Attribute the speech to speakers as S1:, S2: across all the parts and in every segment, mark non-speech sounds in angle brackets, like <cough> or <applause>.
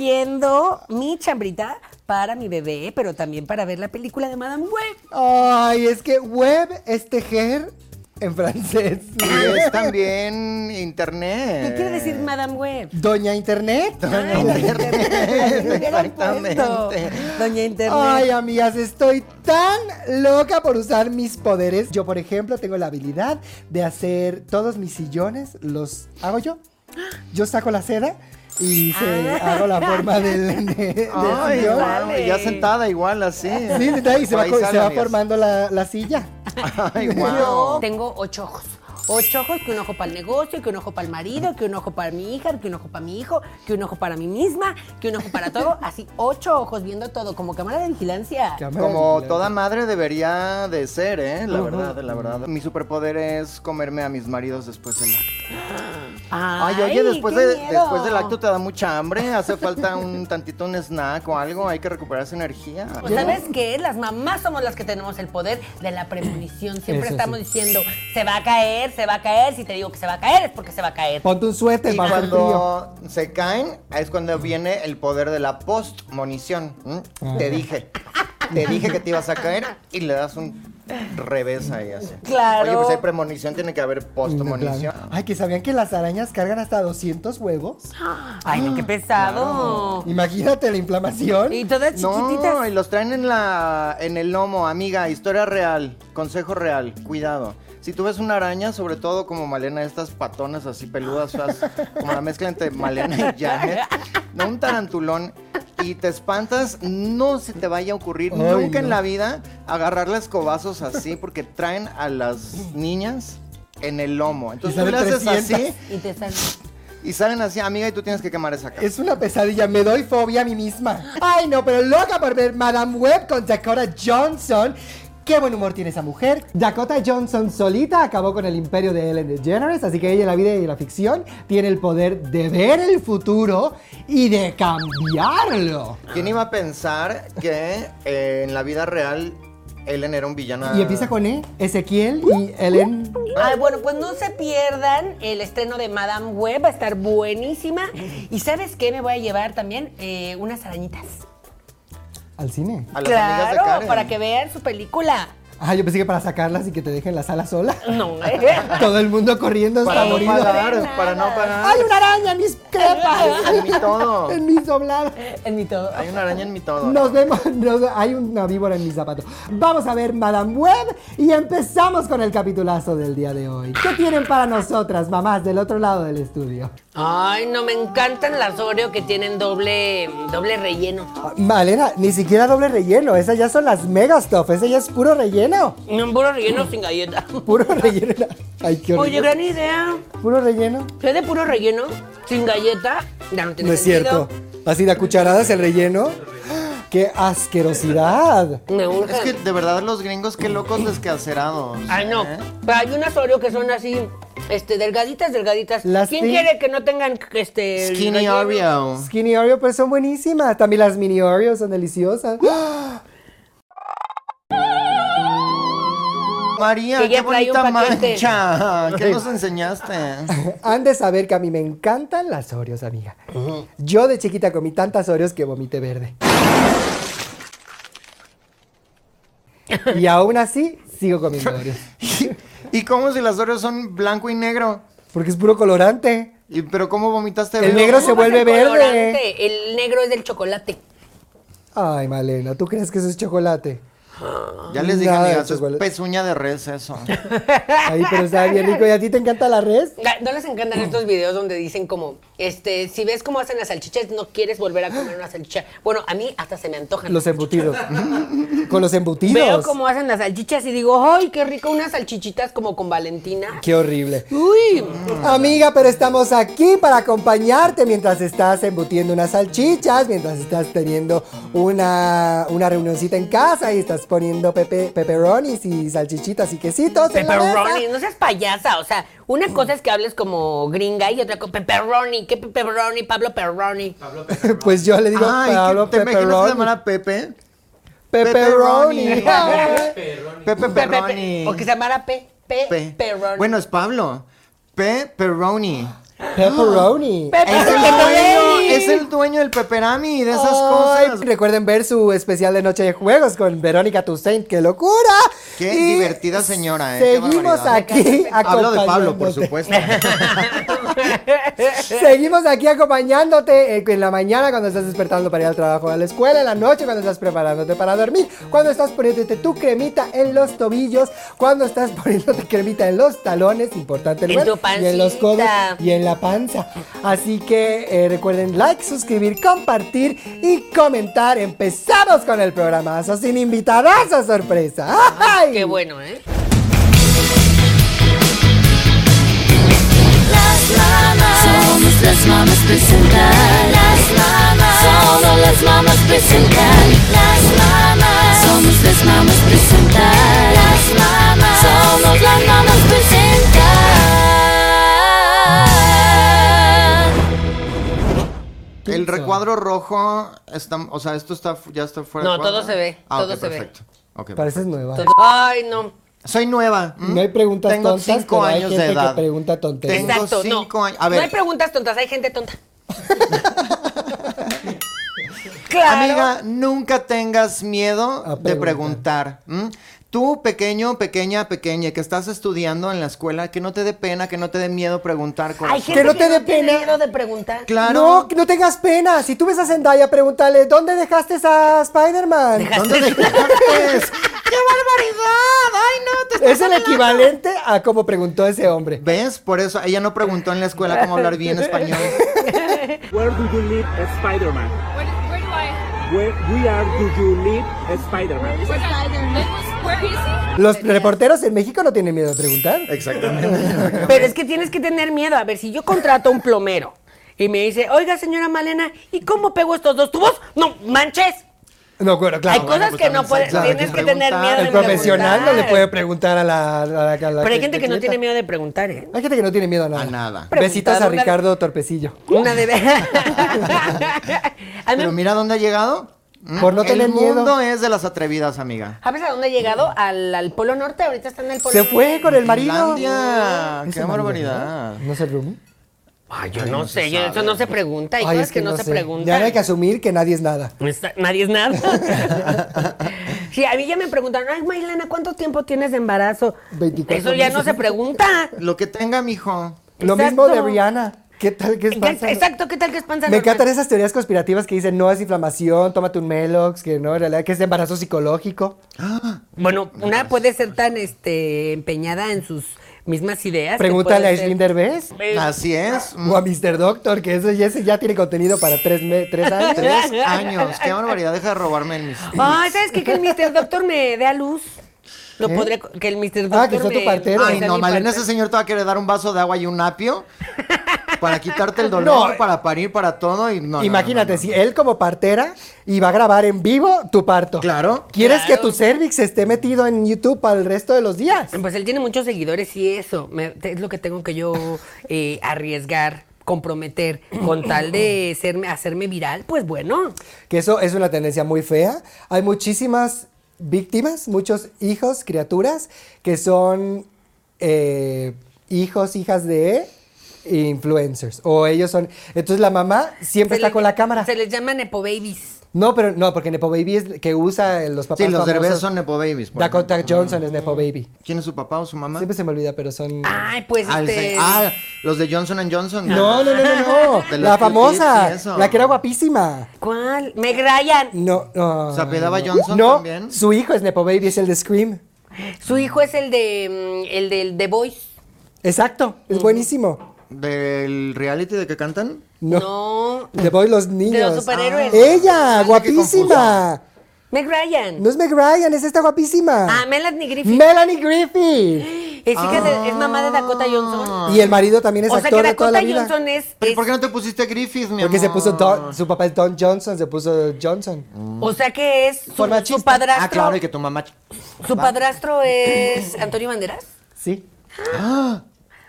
S1: tejiendo mi chambrita para mi bebé, pero también para ver la película de Madame Web.
S2: Ay, es que web es tejer en francés.
S3: <laughs> Es también internet.
S1: ¿Qué quiere decir Madame Web?
S2: Doña Internet.
S3: Doña
S1: Ay, la
S3: Internet,
S1: Internet, me hubieran
S3: <laughs> exactamente.
S1: puesto. Doña Internet.
S2: Ay, amigas, estoy tan loca por usar mis poderes. Yo, por ejemplo, tengo la habilidad de hacer todos mis sillones, los hago yo. Yo saco la seda y se-
S1: Ah.
S2: hago la forma del,
S3: <laughs>
S2: de- del
S3: Ay,
S2: sillón.
S3: guau,
S1: Vale.
S3: ya sentada igual así.
S2: Sí, neta, y se va,
S3: Ahí
S2: co- se
S3: sale,
S2: va
S3: amigas.
S2: formando la, la silla.
S3: <laughs> Ay,
S1: Yo
S3: wow.
S1: tengo ocho ojos. Ocho ojos, que un ojo para el negocio, que un ojo para el marido, que un ojo para mi hija, que un ojo para mi hijo, que un ojo para mí misma, que un ojo para todo. Así, ocho ojos viendo todo, como cámara de vigilancia.
S3: Como toda madre debería de ser, ¿eh? La verdad, la verdad. Mi superpoder es comerme a mis maridos después del acto. Ay, oye, después,
S1: qué
S3: de-
S1: miedo.
S3: después del acto te da mucha hambre, hace falta un tantito un snack o algo, hay que recuperar esa energía.
S1: O Pues, ¿Sabes qué? Las mamás somos las que tenemos el poder de la premonición. Siempre
S2: Eso
S1: estamos diciendo, se va a caer, se va a caer. Si te digo que se va a caer, es porque se va a caer.
S3: Oh,
S2: Ponte un suéter,
S3: Y
S2: va a hacer frío.
S3: cuando se caen es cuando viene el poder de la postmonición. ¿m? Te dije, te dije que te ibas a caer y le das un revés ahí así.
S1: Claro.
S3: Oye, pues hay premonición, tiene que haber postmonición.
S2: Ay, que sabían que las arañas cargan hasta 200 huevos.
S1: Ay, no, qué pesado.
S2: Imagínate la inflamación.
S1: Y todas chiquititas.
S3: No, y los traen en la en el lomo, amiga, historia real, consejo real, cuidado. Si tú ves una araña, sobre todo como Malena, estas patonas así
S2: <laughs>
S3: peludas, feas, como la mezcla entre Malena y Janet, no un tarantulón, y te espantas, no se te vaya a ocurrir
S2: Ay,
S3: nunca
S2: no.
S3: en la vida agarrarle escobazos así, porque traen a las niñas en el lomo. Entonces tú
S2: sale
S3: le haces
S2: 300.
S3: así
S1: Y te salen.
S3: y salen así, amiga, y tú tienes que quemar esa cara.
S2: Es una pesadilla, me doy fobia a mí misma. Ay, no, pero loca por ver Madame Web con Dakota Johnson. Qué buen humor tiene esa mujer. Dakota Johnson solita acabó con el imperio de Ellen DeGeneres, así que ella en la vida y en la ficción tiene el poder de ver el futuro y de cambiarlo.
S3: ¿Quién iba a pensar que eh, en la vida real Ellen era un villano?
S2: Y empieza con E, Ezequiel y Ellen.
S1: Ay, bueno, pues no se pierdan el estreno de Madame Web, va a estar buenísima. Y ¿sabes qué? Me voy a llevar también eh, unas arañitas.
S2: Al cine.
S3: a las amigas de
S1: Claro,
S3: Karen.
S1: para que vean su película.
S2: Ah, yo pensé que para sacarlas y que te dejen la sala
S3: <laughs>
S2: sola.
S1: <laughs> No, ¿eh?
S2: Todo el mundo corriendo hasta
S3: Para no
S2: morir.
S3: pagar, para no pagar.
S2: ¡Hay una araña en mis crepas!
S3: En mi
S2: <laughs>
S3: todo.
S2: ¡En mis dobladas!
S1: En mi todo.
S3: Hay una araña en mi todo.
S2: Nos vemos, nos- hay una víbora en mis zapatos. Vamos a ver Madame Web y empezamos con el capitulazo del día de hoy. ¿Qué tienen para nosotras, mamás, del otro lado del estudio?
S1: Ay, no, me encantan las Oreo que tienen doble, doble relleno.
S2: Ah, Malena, ni siquiera doble relleno, esas ya son las mega stuff, ese ya es puro relleno.
S1: Un puro relleno sin galleta.
S2: <laughs> Puro relleno. Ay, qué
S1: Oye,
S2: horrible.
S1: gran idea.
S2: Puro relleno.
S1: ¿Qué de puro relleno sin galleta? Ya no tiene
S2: No es
S1: sentido.
S2: cierto. Así de a cucharadas el relleno. <gasps> ¡Qué asquerosidad!
S1: Me urge.
S3: Es que de verdad los gringos, qué locos descacerados.
S1: Ay, no.
S3: ¿eh?
S1: Pero hay unas Oreo que son así, este, delgaditas, delgaditas.
S2: Las
S1: ¿Quién
S2: thin-
S1: quiere que no tengan, este... el
S3: Skinny
S1: relleno?
S3: Oreo.
S2: Skinny Oreo, pero son buenísimas. También las mini Oreos son deliciosas. <gasps>
S3: María,
S1: Que ya
S3: qué
S1: trae un
S3: bonita
S1: paquete.
S3: mancha.
S2: <laughs>
S3: ¿Qué nos enseñaste?
S2: Han de saber que a mí me encantan las Oreos, amiga. Yo de chiquita comí tantas Oreos que vomité verde. Y aún así, sigo comiendo Oreos.
S3: ¿Y cómo si las Oreos son blanco y negro?
S2: Porque es puro colorante.
S3: ¿Y, ¿Pero cómo vomitaste?
S2: El
S3: verde?
S2: negro se
S1: ¿Cómo
S2: vuelve
S1: es el
S2: verde.
S1: colorante? El negro es del chocolate.
S2: Ay, Malena, ¿tú crees que eso es chocolate?
S3: Ya les dije,
S2: Nada de
S3: amigas, es
S2: chocolate.
S3: pezuña de res eso.
S2: Ay, pero está bien rico. ¿Y a ti te encanta la res?
S1: Ah, ¿No les encantan estos videos donde dicen como, este, si ves cómo hacen las salchichas, no quieres volver a comer una salchicha? Bueno, a mí hasta se me antojan.
S2: Los embutidos. Con los embutidos.
S1: Veo cómo hacen las salchichas y digo, ¡ay, qué rico! Unas salchichitas como con Valentina.
S2: Qué horrible.
S1: ¡Uy!
S2: Amiga, pero estamos aquí para acompañarte mientras estás embutiendo unas salchichas, mientras estás teniendo una, una reunioncita en casa y estás poniendo pepe, pepperonis y salchichitas y quesitos. en la mesa.
S1: Pepperoni, no seas payasa, o sea, una cosa es que hables como gringa y otra cosa, pepperoni, ¿qué pepperoni, Pablo Perroni?
S2: <laughs> Pues yo le digo,
S3: Ay,
S2: Pablo,
S3: ¿te imaginas
S2: pepperoni.
S3: llamar a Pepe?
S2: <laughs> Pepperoni.
S3: Pepe
S1: Pe- pe- pe-
S3: Perroni.
S1: O que se llamara Pe, Pe,
S3: Pe-
S1: Perroni.
S3: Bueno, es Pablo. Pepe Perroni.
S2: <laughs> pepperoni.
S1: Pe-
S3: Ese
S1: Ah. Pepperoni.
S3: pollo, Es el dueño del peperami y de esas
S2: Ay,
S3: cosas.
S2: Recuerden ver su especial de Noche de Juegos con Verónica Toussaint. ¡Qué locura!
S3: Qué
S2: Y
S3: divertida señora, ¿eh? Qué
S2: Seguimos
S3: barbaridad.
S2: aquí
S3: Hablo de Pablo, por
S1: <laughs>
S2: acompañándote.
S3: supuesto.
S2: Seguimos aquí acompañándote eh, en la mañana cuando estás despertando para ir al trabajo o a la escuela, en la noche cuando estás preparándote para dormir, cuando estás poniéndote tu cremita en los tobillos, cuando estás poniéndote cremita en los talones, importante el
S1: En
S2: lugar,
S1: tu
S2: y en los codos
S1: pancita.
S2: y en la panza. Así que eh, recuerden like, suscribir, compartir y comentar. Empezamos con el programazo sin invitadas a sorpresa. ¡Ay!
S1: Qué bueno, ¿eh?
S4: Las mamas somos las mamas presentar. Las mamas somos las mamas presentar. Las mamas somos las mamas presentar. Las mamas somos las mamas presentar.
S3: El recuadro rojo, está, o sea, esto está, ya está fuera de
S1: No, todo
S3: cuadro.
S1: se ve,
S3: Ah,
S1: todo
S3: ok,
S1: se ve.
S3: perfecto. Ok,
S2: Pareces nueva.
S1: Todo- Ay, no.
S3: Soy nueva. ¿m?
S2: No hay preguntas
S3: Tengo
S2: tontas,
S3: cinco
S2: pero hay
S3: años
S2: gente que
S3: de edad.
S2: pregunta tonterías.
S3: Tengo
S1: Exacto, no.
S3: cinco años. A ver,
S1: No hay preguntas tontas, hay gente
S3: <laughs>
S1: tonta. claro.
S3: amiga, nunca tengas miedo
S2: A
S3: de preguntar. ¿m? Tú, pequeño, pequeña, pequeña, que estás estudiando en la escuela, que no te dé pena, que no te dé miedo preguntar. corazón.
S1: hay gente
S2: Que no te dé
S1: tiene
S2: pena.
S1: miedo de preguntar.
S3: Claro.
S2: No, que no tengas pena. Si tú ves a Zendaya, pregúntale, ¿dónde dejaste a Spider-Man?
S3: ¿Dónde dejaste? ¡Qué barbaridad! ¡Ay, no! Te
S2: Es el equivalente a como preguntó ese hombre.
S3: ¿Ves? Por eso ella no preguntó en la escuela cómo hablar bien español.
S5: Where do you live, Spider-Man?
S6: Where, do- where do I?
S5: Where, where do you live, Spider-Man?
S6: Where, where is he?
S2: Los reporteros en México no tienen miedo a preguntar.
S3: Exactamente.
S2: <laughs>
S1: Pero es que tienes que tener miedo. A ver, si yo contrato a un plomero y me dice, oiga, señora Malena, ¿y cómo pego estos dos tubos? No, manches.
S2: No, bueno,
S1: Hay
S2: claro.
S1: cosas
S3: bueno, pues
S1: que no
S3: también
S1: puedes,
S3: claro,
S1: tienes
S3: hay
S1: que,
S3: que
S1: tener
S3: preguntar.
S1: miedo de
S2: El profesional no
S1: preguntar.
S2: le puede preguntar a la... a la- a la-
S1: Pero hay gente que no
S2: clienta.
S1: tiene miedo de preguntar, ¿eh?
S2: Hay gente que no tiene miedo a nada.
S3: A nada.
S2: Besitos a
S1: Preguntadora.
S2: Ricardo Torpecillo.
S1: Una de
S2: <laughs>
S1: A mí-
S3: Pero mira dónde ha llegado. ¿Mm?
S2: Por no tener
S3: el
S2: miedo.
S3: mundo es de las atrevidas, amiga.
S1: ¿Sabes a dónde he llegado? Al, al Polo Norte, ahorita está en el Polo
S2: Se
S1: Norte.
S2: fue con el marido.
S3: Finlandia.
S2: ¿Es
S3: ¡Qué
S2: el marido,
S3: barbaridad!
S2: ¿No es el roomie?
S1: Ay, yo no,
S3: no se
S1: sé, yo-
S3: sabe.
S1: eso no se pregunta. Hay
S2: Ay,
S1: cosas que, no, se
S2: sé.
S1: preguntan.
S2: Ya no hay que asumir que nadie es nada.
S1: Está- Nadie es nada. <laughs> sí, a mí ya me preguntaron, ay, Maylena, ¿cuánto tiempo tienes de embarazo?
S2: 24
S1: Eso ya no
S2: meses.
S1: se pregunta.
S3: Lo que tenga, mijo.
S2: Lo mismo de
S1: Exacto.
S2: Rihanna. ¿Qué tal que es
S1: Ya-
S2: panza?
S1: Exacto, ¿qué tal que es panza
S2: Me
S1: normal?
S2: encantan esas teorías conspirativas que dicen no es inflamación, tómate un Melox, que no, en realidad que es embarazo psicológico.
S1: Ah. Bueno, una puede ser tan este empeñada en sus mismas ideas. que
S2: Pregúntale a
S1: puede ser-
S2: Aislinn Derbez
S1: Eh,
S3: Así es. Mm.
S2: o a Mr. Doctor, que eso ya, ese ya tiene contenido para tres, me- tres años.
S3: Tres años. ¡Qué barbaridad! Deja de robarme el mis.
S1: Ay, ¿sabes qué? Que el Mr. Doctor me dé a luz. Lo
S2: ¿Eh?
S1: podré, co- que el Mr. Doctor
S2: Ah, que sea tu
S1: me-
S2: partero.
S1: que
S3: Ay,
S1: sea
S3: no,
S1: mi
S3: Malena,
S1: partero.
S3: ese señor te va a querer dar un vaso de agua y un apio para quitarte el dolor,
S2: No.
S3: para parir, para todo. Y no, no,
S2: Imagínate,
S3: no, no,
S2: si él como partera iba a grabar en vivo tu parto.
S3: Claro.
S2: ¿Quieres
S1: Claro.
S2: que tu cervix esté metido en YouTube para el resto de los días?
S1: Pues él tiene muchos seguidores y eso me- te- es lo que tengo que yo eh, arriesgar, comprometer, con tal de serme, hacerme viral, pues bueno.
S2: Que eso es una tendencia muy fea. Hay muchísimas víctimas, muchos hijos, criaturas, que son eh, hijos, hijas de influencers. O ellos son. Entonces la mamá siempre
S1: Se
S2: está
S1: le-
S2: con la cámara.
S1: Se les llama Nepo Babies.
S2: No, pero no, porque Nepo Baby es que usa los papás.
S3: Sí, los
S2: famosos.
S3: Derbez son Nepo Babies. por
S2: Dakota
S3: ejemplo.
S2: Johnson es Nepo Baby.
S3: ¿Quién es su papá o su mamá?
S2: Siempre se me olvida, pero son.
S1: Ay, pues
S3: Ah, el
S1: este.
S3: se- ah, los de Johnson and Johnson.
S2: No, no, no, no, no.
S3: <laughs> De los
S2: La
S3: Q-tips y
S2: famosa.
S3: eso.
S2: La que era guapísima.
S1: ¿Cuál? Meg Ryan.
S2: No, no.
S3: ¿Sapedaba
S2: no.
S3: Johnson
S2: no,
S3: también?
S2: Su hijo es Nepo Baby, es el de Scream.
S1: Su hijo es el de mm, el del The Voice.
S2: Exacto, es buenísimo.
S3: ¿Del reality de que cantan?
S2: No.
S1: No.
S2: The Boy los niños.
S1: De los superhéroes.
S2: Ah. Ella,
S3: Ay, qué
S2: guapísima.
S1: Meg Ryan.
S2: No es Meg Ryan, es esta guapísima.
S1: Ah, Melanie Griffith.
S2: Melanie Griffith.
S1: es hija de- es mamá de Dakota Johnson.
S2: Ah. Y el marido también es
S1: o sea
S2: actor
S1: que
S2: de toda la
S1: Dakota
S2: vida.
S1: Johnson es,
S3: ¿Pero
S1: es-
S3: por qué no te pusiste Griffith, mi
S2: Porque se
S3: amor?
S2: puso Don, su papá es Don Johnson, se puso Johnson.
S1: o sea que es su,
S2: Por
S1: su
S2: machista.
S1: padrastro.
S3: Ah, claro, y que tu mamá...
S1: Su padrastro es Antonio Banderas.
S2: Sí.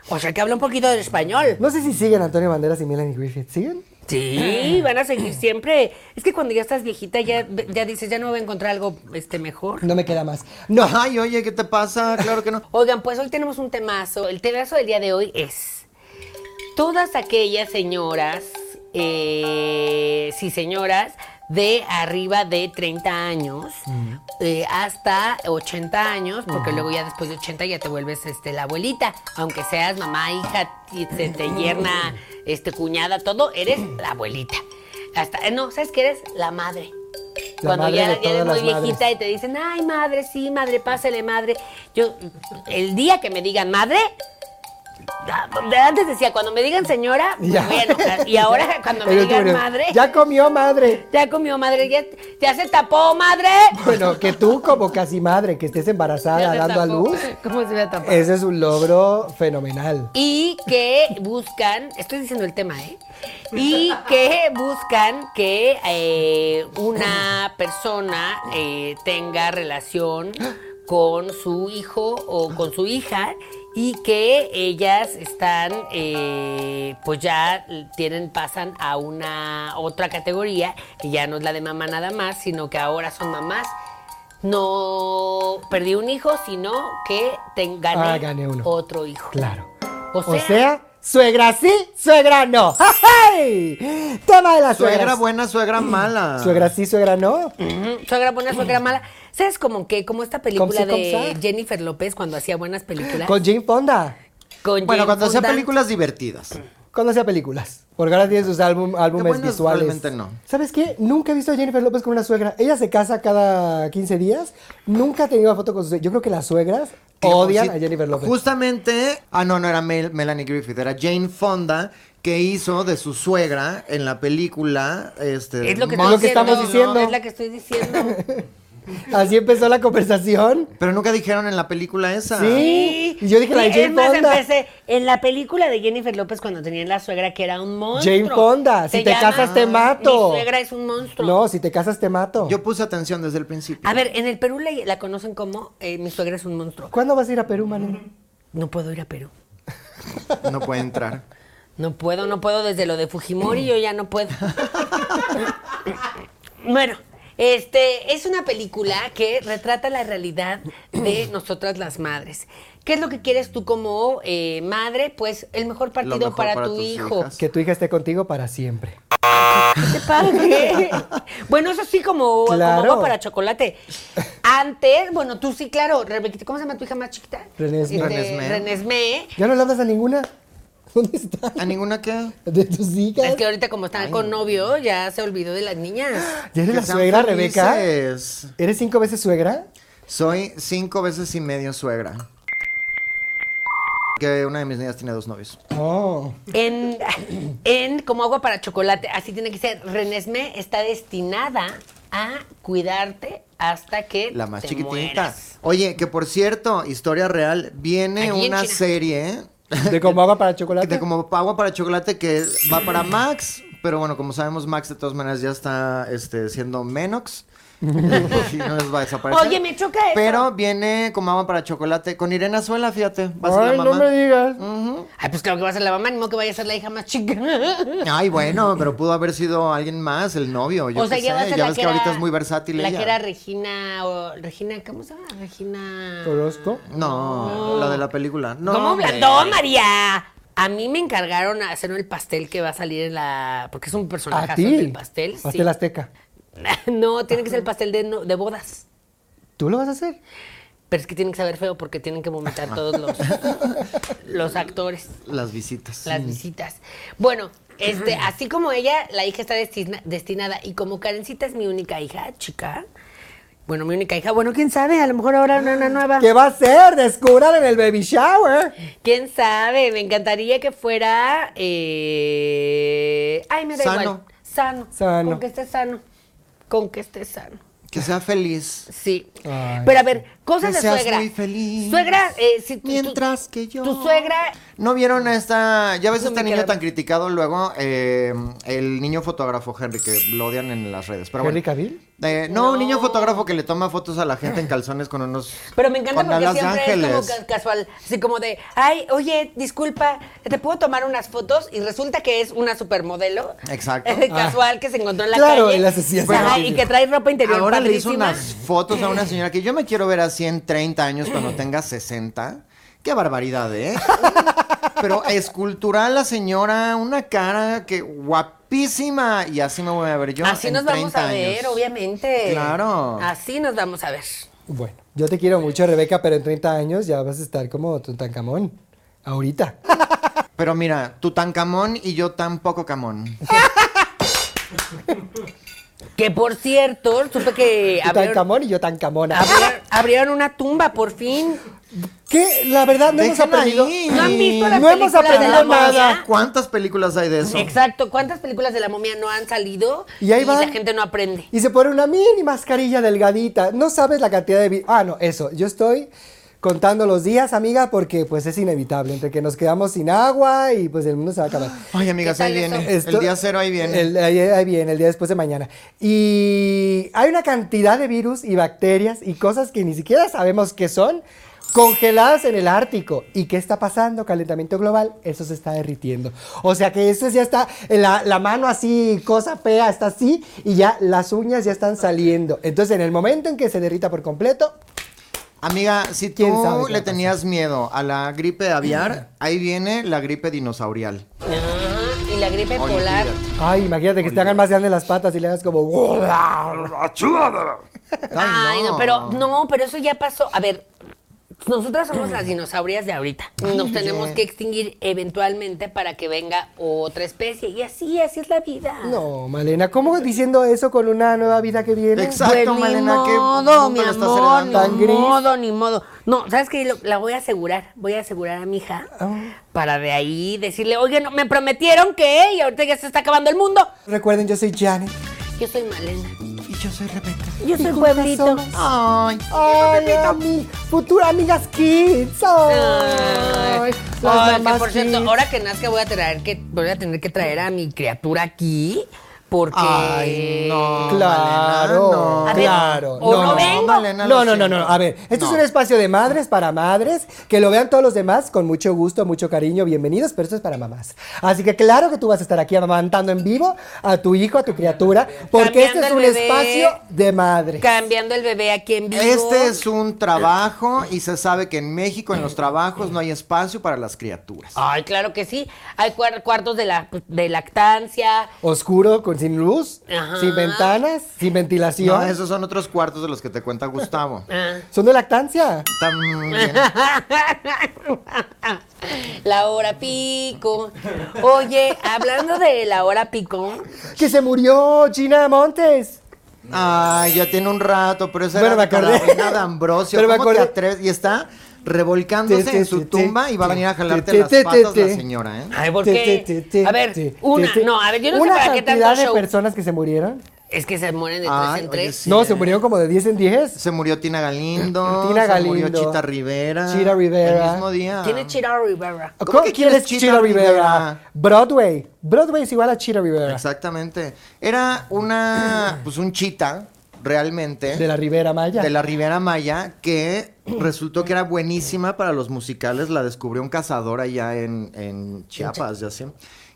S1: O sea que habla un poquito del español.
S2: No sé si siguen Antonio Banderas y Melanie Griffith. ¿Siguen?
S1: Sí, van a seguir siempre. Es que cuando ya estás viejita ya, ya dices, ya no voy a encontrar algo este mejor.
S2: No me queda más. No.
S3: Ay, oye, ¿qué te pasa? Claro que no.
S1: Oigan, pues hoy tenemos un temazo. El temazo del día de hoy es todas aquellas señoras eh, sí señoras de arriba de 30 años eh, hasta 80 años, porque luego ya después de 80 ya te vuelves este, la abuelita, aunque seas mamá, hija, y te, te yerna, este, cuñada, todo, eres la abuelita. Hasta, eh, no, ¿sabes qué eres? La madre.
S2: La
S1: Cuando
S2: madre
S1: ya,
S2: de
S1: ya
S2: todas
S1: eres muy
S2: las madres.
S1: viejita y te dicen, ay madre, sí, madre, pásale, madre. Yo, el día que me digan madre, antes decía, cuando me digan señora, me
S2: <laughs> Ya.
S1: voy a enojar. Y
S2: <laughs>
S1: ahora cuando me
S2: El
S1: digan
S2: último,
S1: madre, ya,
S2: Ya comió madre.
S1: comió madre, ya, ya se tapó madre.
S2: Bueno, que tú como casi madre, que estés embarazada
S1: Ya se
S2: dando a
S1: tapó.
S2: luz,
S1: <laughs> ¿Cómo se va a tapar?
S2: ese es un logro fenomenal.
S1: Y que buscan, estoy diciendo el tema, ¿eh? Y que buscan que eh, una persona eh, tenga relación con su hijo o con su hija y que ellas están, eh, pues ya tienen, pasan a una otra categoría, que ya no es la de mamá nada más, sino que ahora son mamás. No perdí un hijo, sino que te- gané,
S2: Ah, gané uno.
S1: otro hijo.
S2: Claro.
S1: O sea,
S2: O sea, suegra sí, suegra no. <laughs> ¡Ay! Tema de la <laughs> suegra.
S3: Suegra buena, suegra mala.
S2: Suegra sí, suegra no.
S1: ujú, suegra buena, suegra mala. ¿Sabes como que como esta película
S2: Comsi,
S1: de
S2: comsa.
S1: Jennifer López cuando hacía buenas películas?
S2: Con Jane Fonda.
S1: con
S3: Bueno,
S1: Jane
S3: cuando hacía
S1: Fonda?
S3: películas divertidas.
S2: Cuando hacía películas. Porque ahora tiene sus álbum- álbumes
S3: buenas
S2: visuales.
S3: realmente no.
S2: ¿Sabes qué? Nunca he visto a Jennifer López con una suegra. Ella se casa cada 15 días. Nunca ha tenido una foto con su suegra. Yo creo que las suegras odian
S3: Sí,
S2: a Jennifer López.
S3: Justamente, ah, no, no era Mel- Melanie Griffith, era Jane Fonda que hizo de su suegra en la película este
S1: Es lo que,
S3: Mon-
S1: estoy
S2: Lo que estamos
S1: ¿no?
S2: diciendo.
S1: Es la que estoy diciendo.
S2: <laughs> Así empezó la conversación.
S3: pero nunca dijeron en la película esa.
S2: Sí. Y yo dije la de
S1: Sí,
S2: Jane
S1: es más,
S2: Fonda.
S1: empecé en la película de Jennifer López cuando tenía la suegra que era un monstruo.
S2: Jane Fonda, si
S1: Se
S2: te
S1: llama
S2: casas, te mato.
S1: Mi suegra es un monstruo.
S2: No, si te casas te mato.
S3: Yo puse atención desde el principio.
S1: A ver, en el Perú la, la conocen como eh, mi suegra es un monstruo.
S2: ¿Cuándo vas a ir a Perú, Manu?
S1: No puedo ir a Perú.
S3: No puede entrar.
S1: No puedo, no puedo desde lo de Fujimori, yo ya no puedo. bueno, este es una película que retrata la realidad de nosotras las madres. ¿Qué es lo que quieres tú como eh, madre? Pues el mejor partido
S3: mejor
S1: para,
S3: para
S1: tu
S3: tus
S1: hijo.
S3: hijas.
S2: Que tu hija esté contigo para siempre.
S1: ¡Qué padre! bueno, eso sí, como, como
S2: Claro.
S1: agua para chocolate. Antes, bueno, tú sí, claro, Rebequita, ¿cómo se llama tu hija más chiquita?
S2: Renesmee.
S1: Este,
S3: Renesmee.
S1: Renesmee.
S2: ¿Ya no le hablas a ninguna? <laughs> ¿Dónde está?
S3: ¿A ninguna qué?
S2: <laughs> De tus hijas.
S1: Es que ahorita como están con novio, ya se olvidó de las niñas.
S2: ¿Ya eres
S3: Que
S2: la
S3: sean
S2: suegra, Rebeca?
S3: felices.
S2: ¿Eres cinco veces suegra?
S3: Soy cinco veces y medio suegra. Que una de mis niñas tiene dos novios.
S2: <laughs> Oh.
S1: En, en como agua para chocolate, así tiene que ser. Renesme está destinada a cuidarte hasta que
S3: La más
S1: te
S3: chiquitita.
S1: mueras.
S3: Oye, que por cierto, historia real, viene
S1: Aquí en
S3: una
S1: China.
S3: serie
S2: ¿De como agua para chocolate?
S3: de como agua para chocolate que va para Max. Pero bueno, como sabemos, Max de todas maneras ya está este,
S2: <laughs>
S3: siendo Menox. Y no les va a desaparecer.
S1: Oye, me choca eso.
S3: Pero viene como agua para chocolate con Irene Azuela, fíjate. Va a ser
S2: Ay,
S3: la
S2: no
S3: mamá.
S2: me digas.
S1: Ay, pues claro que va a ser la mamá, ni modo que vaya a ser la hija más chica.
S3: Ay, bueno, pero pudo haber sido alguien más, el novio. Yo
S1: <laughs> o sea,
S3: qué
S1: ya va a
S3: sé.
S1: ser
S3: ya
S1: la
S3: ves
S1: que
S3: que ahorita
S1: era-
S3: es muy versátil
S1: La
S3: ella.
S1: que era Regina, o, Regina, ¿cómo se llama? Regina...
S2: Orozco.
S3: No, la de la película. No,
S1: ¿Cómo
S3: hombre.
S1: blandó, María? A mí me encargaron a hacer el pastel que va a salir en la... Porque es un
S2: A
S1: personaje
S2: ti.
S1: del pastel. sí.
S2: Pastel azteca.
S1: <laughs> No, tiene que ser el pastel de, no- de bodas.
S2: ¿Tú lo vas a hacer?
S1: Pero es que tienen que saber feo porque tienen que vomitar todos
S3: <laughs>
S1: los, los actores,
S3: Las visitas.
S1: las visitas. Bueno, este, así como ella, la hija está destina- destinada. Y como Karencita es mi única hija, chica. Bueno, mi única hija. Bueno, quién sabe, a lo mejor ahora una, una nueva.
S2: ¿Qué va a ser? Descubran en el baby shower.
S1: ¿Quién sabe? Me encantaría que fuera. eh, Ay, me da
S3: Sano.
S1: igual. Sano.
S2: Sano.
S1: Con que esté sano. Con que esté sano.
S3: Que sea feliz.
S1: Sí.
S2: Ay.
S1: Pero a ver, cosas
S3: Que
S1: de
S3: seas
S1: suegra.
S3: muy feliz.
S1: Suegra, eh, si tu-
S3: Mientras que yo.
S1: Tu suegra
S3: ¿No vieron esta? Ya ves
S1: No
S3: este
S1: me
S3: niño
S1: queda-
S3: tan criticado luego, eh, el niño fotógrafo Henry, que lo odian en las redes. Pero bueno.
S2: ¿Henry Cavill?
S3: Eh, no, un niño fotógrafo que le toma fotos a la gente en calzones con unos.
S1: Pero me encanta
S3: con
S1: porque
S3: alas de
S1: siempre es como
S3: ángeles.
S1: ca- casual, así como de, ay, oye, disculpa, ¿te puedo tomar unas fotos? Y resulta que es una supermodelo.
S3: Exacto.
S1: <laughs>
S3: Ah.
S1: casual que se encontró en la
S2: Claro,
S1: calle.
S2: el asesino.
S1: Ajá, y que trae ropa interior
S3: Ahora le hizo
S1: padrísima.
S3: unas fotos a una señora que yo me quiero ver así en 30 años cuando tenga 60.
S1: <laughs>
S3: Qué barbaridad, ¿eh? Pero escultural la señora, una cara que guap guapísima. Y así me voy a ver yo.
S1: Así
S3: en
S1: nos vamos
S3: 30
S1: a ver,
S3: años.
S1: obviamente.
S3: Claro.
S1: Así nos vamos a ver.
S2: Bueno, yo te quiero mucho, Rebeca, pero en 30 años ya vas a estar como Tutankamón. Ahorita.
S3: Pero mira, tú tan camón y yo tan poco camón.
S1: Que por cierto, supe
S3: <laughs>
S1: que abrieron,
S2: Tutankamón y yo tan camona.
S1: abrieron- abrieron una tumba por fin.
S2: ¿Qué? La verdad, no hemos
S3: Déjenla
S2: aprendido.
S3: ahí.
S1: ¿No han visto la
S2: No hemos
S1: película de la
S2: aprendido nada.
S1: momia?
S3: ¿Cuántas películas hay de eso?
S1: Exacto, ¿cuántas películas de la momia no han salido
S2: Y ahí va.
S1: la gente no aprende?
S2: Y se pone una mini mascarilla delgadita. No sabes la cantidad de... vi- Ah, no, eso. Yo estoy contando los días, amiga, porque pues es inevitable. Entre que nos quedamos sin agua y pues el mundo se va a acabar.
S3: Ay, amigas,
S1: ¿Qué
S3: ahí
S1: tal
S3: viene.
S2: Esto-
S3: el día cero ahí viene.
S2: El, ahí, ahí viene, el día después de mañana. Y hay una cantidad de virus y bacterias y cosas que ni siquiera sabemos qué son, congeladas en el Ártico. ¿Y qué está pasando? Calentamiento global, eso se está derritiendo. O sea que eso ya está, la, la mano así, cosa fea, está así, y ya las uñas ya están saliendo. Entonces, en el momento en que se derrita por completo,
S3: Amiga, si tú
S2: ¿Quién sabe qué va
S3: le
S2: a pasar?
S3: tenías miedo a la gripe aviar, ahí viene la gripe dinosaurial.
S1: Ah, y la gripe polar.
S3: Olvídate.
S2: ay, imagínate que te hagan más grandes las patas y le hagas como...
S1: Ay, no. pero no, pero eso ya pasó. A ver, nosotras somos las dinosaurias de ahorita. Nos tenemos que extinguir eventualmente para que venga otra especie. Y así, así es la vida.
S2: No, Malena, ¿cómo diciendo eso con una nueva vida que viene?
S1: Pues
S3: Exacto,
S1: ni
S3: Malena, ¿qué
S1: modo,
S3: mundo
S1: mi
S3: le estás
S1: amor,
S3: heredando?
S2: Tan
S1: ni
S2: gris.
S1: modo, ni modo. No, ¿sabes qué? Lo- La voy a asegurar, voy a asegurar a mi hija
S2: Ah.
S1: para de ahí decirle, oye, no, me prometieron que, y ahorita ya se está acabando el mundo.
S2: Recuerden, yo soy Janet.
S1: Yo soy Malena,
S3: Y yo soy Rebeca.
S1: yo soy
S2: con
S1: Pueblito.
S2: razón.
S3: Ay,
S2: Hola, mi futura amigas kids. Ay,
S1: Ay,
S2: las
S1: ay, que
S2: mamás
S1: por cierto,
S2: kids.
S1: ahora que nazca voy a traer que voy a tener que traer a mi criatura aquí porque
S3: Ay, no.
S2: Claro,
S3: Malena, no.
S1: oh, A ver,
S2: claro.
S1: o no vengo.
S3: Malena,
S2: no,
S3: lo
S2: no, no, no,
S3: siento.
S2: A ver, esto es
S3: No.
S2: un espacio de madres para madres. Que lo vean todos los demás con mucho gusto, mucho cariño, bienvenidos, pero esto es para mamás. Así que claro que tú vas a estar aquí amamantando en vivo a tu hijo, a tu criatura, porque este
S1: Cambiando
S2: es
S1: el
S2: un
S1: bebé.
S2: espacio de madres.
S1: cambiando el bebé aquí en vivo.
S3: Este es un trabajo y se sabe que en México en los trabajos no hay espacio para las criaturas.
S2: Ah,
S1: Ay, claro que sí. Hay cuar- cuartos de la de lactancia.
S2: Oscuro, con, sin luz,
S1: Ajá.
S2: sin ventanas, sin ventilación.
S3: No, esos son otros cuartos de los que te
S2: <laughs>
S3: cuenta Gustavo.
S1: Ah.
S2: Son de lactancia.
S3: También.
S1: La hora pico. Oye, hablando de la hora pico,
S2: Que se murió Gina Montes.
S3: Ay, ya tiene un rato, pero esa
S2: Bueno,
S3: era
S2: me acordé.
S3: Carolina de Ambrosio.
S2: Pero me
S3: ¿Cómo te
S2: acordé.
S3: atreves? Y está revolcándose
S2: Te, te,
S3: en su
S2: te,
S3: tumba
S2: te,
S3: y va a venir a
S2: te,
S3: jalarte
S2: te,
S3: las
S2: te, te,
S3: patas la
S2: te.
S3: señora, ¿eh?
S1: Ay, ¿por
S2: Te,
S1: qué?
S2: te, te,
S1: a ver,
S2: te, te,
S1: una,
S2: te.
S1: no, a ver, yo no sé
S2: Una
S1: para qué
S2: cantidad
S1: tanto
S2: de
S1: show.
S2: personas que se murieron.
S1: Es que se mueren de
S3: Ay,
S1: tres en
S3: oye,
S1: tres.
S3: sí.
S2: no, se murieron como de 10 en 10.
S3: Se murió Tina Galindo.
S2: Tina
S3: Se murió
S2: Galindo.
S3: Chita Rivera.
S2: Chita Rivera.
S3: El mismo día.
S2: Ah.
S1: ¿Quién es Chira Rivera?
S2: ¿Cómo,
S3: que
S2: que quién es
S3: quieres Chita
S2: Chira Rivera?
S3: Rivera?
S2: Broadway. Broadway es igual a Chira Rivera.
S3: Exactamente. Era una, pues un chita, realmente.
S2: De la Rivera Maya.
S3: de la Riviera Maya, que resultó que era buenísima para los musicales. La descubrió un cazador allá en, en Chiapas, ya sé.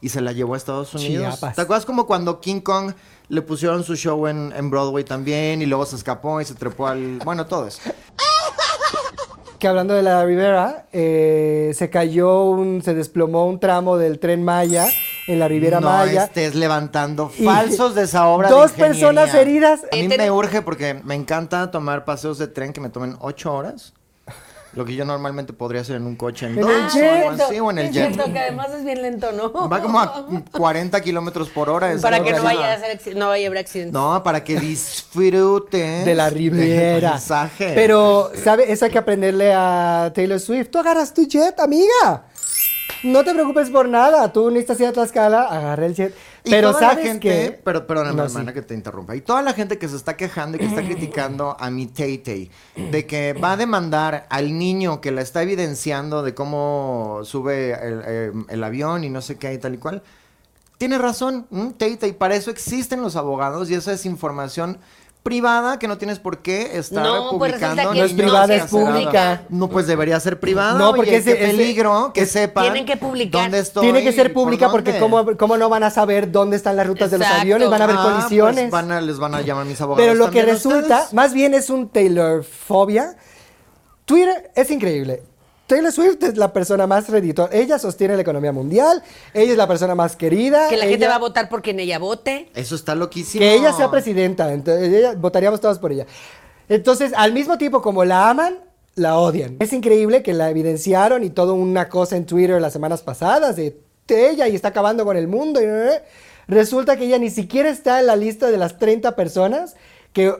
S3: Y se la llevó a Estados Unidos.
S2: Chiapas.
S3: ¿Te acuerdas como cuando King Kong le pusieron su show en, en Broadway también y luego se escapó y se trepó al... Bueno, todo eso.
S2: Que hablando de la Rivera, eh, se cayó un, se desplomó un tramo del tren Maya en la Rivera
S3: no este
S2: Maya.
S3: estés levantando
S2: Y
S3: falsos de esa obra de
S2: dos
S3: ingeniería.
S2: personas heridas.
S3: A mí
S1: Este-
S3: me urge porque me encanta tomar paseos de tren que me tomen ocho horas. Lo que yo normalmente podría hacer en un coche en,
S2: En
S3: dos
S2: el jet.
S3: o algo así, o en el
S1: Es
S3: jet.
S1: cierto, que además es bien lento, ¿no?
S3: Va como a 40 kilómetros por hora.
S1: <laughs>
S3: es
S1: para
S3: una
S1: que no
S3: realidad.
S1: vaya a hacer acci- no vaya a haber accidentes.
S3: No, para que disfrutes <laughs>
S2: De la Riviera.
S3: paisaje.
S2: Pero, ¿sabe? Eso hay que aprenderle a Taylor Swift. Tú agarras tu jet, amiga. No te preocupes por nada. Tú necesitas ir a Tlaxcala, agarra el jet.
S3: Y
S2: Pero
S3: toda la
S2: sabes
S3: gente-
S2: que.
S3: Pero, perdóname,
S2: No,
S3: hermana,
S2: sí.
S3: que te interrumpa. Y toda la gente que se está quejando
S2: <clears throat>
S3: y que está criticando a mi Tay de que va a demandar al niño que la está evidenciando de cómo sube el, eh, el avión y no sé qué y tal y cual. Tiene razón, Tay para eso existen los abogados y esa es información privada que no tienes por qué estar
S1: No, pues resulta
S3: publicando.
S1: que
S2: No es
S3: ni
S2: privada,
S3: nada
S2: es pública.
S3: No, pues debería ser privada.
S2: No,
S3: No, porque
S2: porque
S3: es
S2: ese- ese-
S3: peligro que sepan
S1: Pues Tienen que publicar.
S3: dónde estoy
S2: Tiene que
S3: y
S2: ser
S3: por
S2: pública porque,
S3: dónde.
S2: ¿cómo, cómo no van a saber dónde están las rutas de los
S1: Exacto.
S2: aviones? Van a haber
S3: Ah,
S2: colisiones.
S3: pues van a- les van a llamar mis abogados.
S2: Pero lo que
S3: también a
S2: resulta,
S3: ustedes.
S2: más bien es un Taylor fobia. Twitter es increíble. Taylor Swift es la persona más redditor. Ella sostiene la economía mundial. Ella es la persona más querida.
S1: Que la gente
S2: ella-
S1: va a votar por quien ella vote.
S3: Eso está loquísimo.
S2: Que ella sea presidenta, entonces ella- votaríamos todos por ella. Entonces, al mismo tiempo, como la aman, la odian. Es increíble que la evidenciaron y toda una cosa en Twitter las semanas pasadas de de ella y está acabando con el mundo. y eh, Resulta que ella ni siquiera está en la lista de las 30 personas que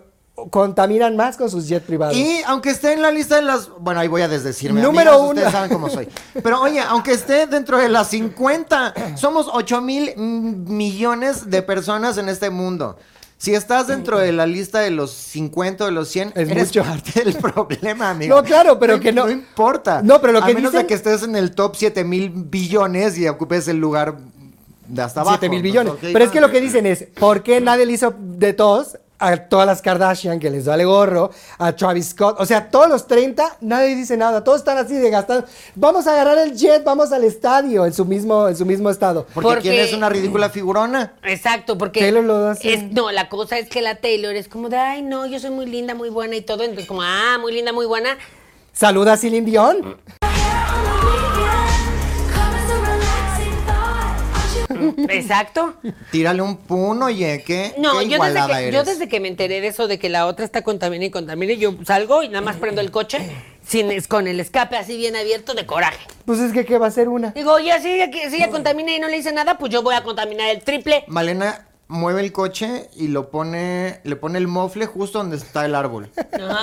S2: contaminan más con sus jets privados.
S3: Y aunque esté en la lista de las. Bueno, ahí voy a desdecirme.
S2: Número
S3: amigos, Ustedes
S2: uno.
S3: saben cómo soy. Pero oye, aunque esté dentro de las 50, somos 8 mil millones de personas en este mundo. Si estás dentro de la lista de los 50 o de los 100,
S2: Es
S3: eres
S2: mucho.
S3: parte del <laughs> problema, amigo.
S2: No, claro, pero que no-
S3: No importa.
S2: No, pero lo que
S3: A menos
S2: dicen-
S3: de que estés en el top 7 mil billones y ocupes el lugar de hasta abajo.
S2: 7 mil
S3: ¿no?
S2: billones.
S3: Ok,
S2: Pero es que
S3: va.
S2: lo que dicen es, ¿por qué nadie le hizo de todos a todas las Kardashian que les vale gorro, a Travis Scott? O sea, todos los 30, nadie dice nada. Todos están así de gastando. Vamos a agarrar el jet, vamos al estadio en su mismo, en su mismo estado.
S3: Porque,
S1: Porque-
S3: quién es una ridícula figurona.
S1: Exacto, porque
S2: Taylor lo hace.
S1: es- no, la cosa es que la Taylor es como de, ay, no, yo soy muy linda, muy buena y todo, entonces como, ah, muy linda, muy buena.
S2: Saluda a Celine Dion.
S3: Mm. <laughs>
S1: Exacto.
S3: Tírale un puno, oye, qué,
S1: No, yo
S3: qué
S1: desde,
S3: igualada
S1: que,
S3: eres.
S1: yo desde que me enteré de eso, de que la otra está contaminada y contamina, yo salgo y nada más prendo el coche sin, es- con el escape así bien abierto de coraje.
S2: Pues es que, ¿qué va a ser una?
S1: Digo, ya si ella, que- si ella contamina y no le hice nada, pues yo voy a contaminar el triple.
S3: Malena mueve el coche y lo pone, le pone el mofle justo donde está el árbol.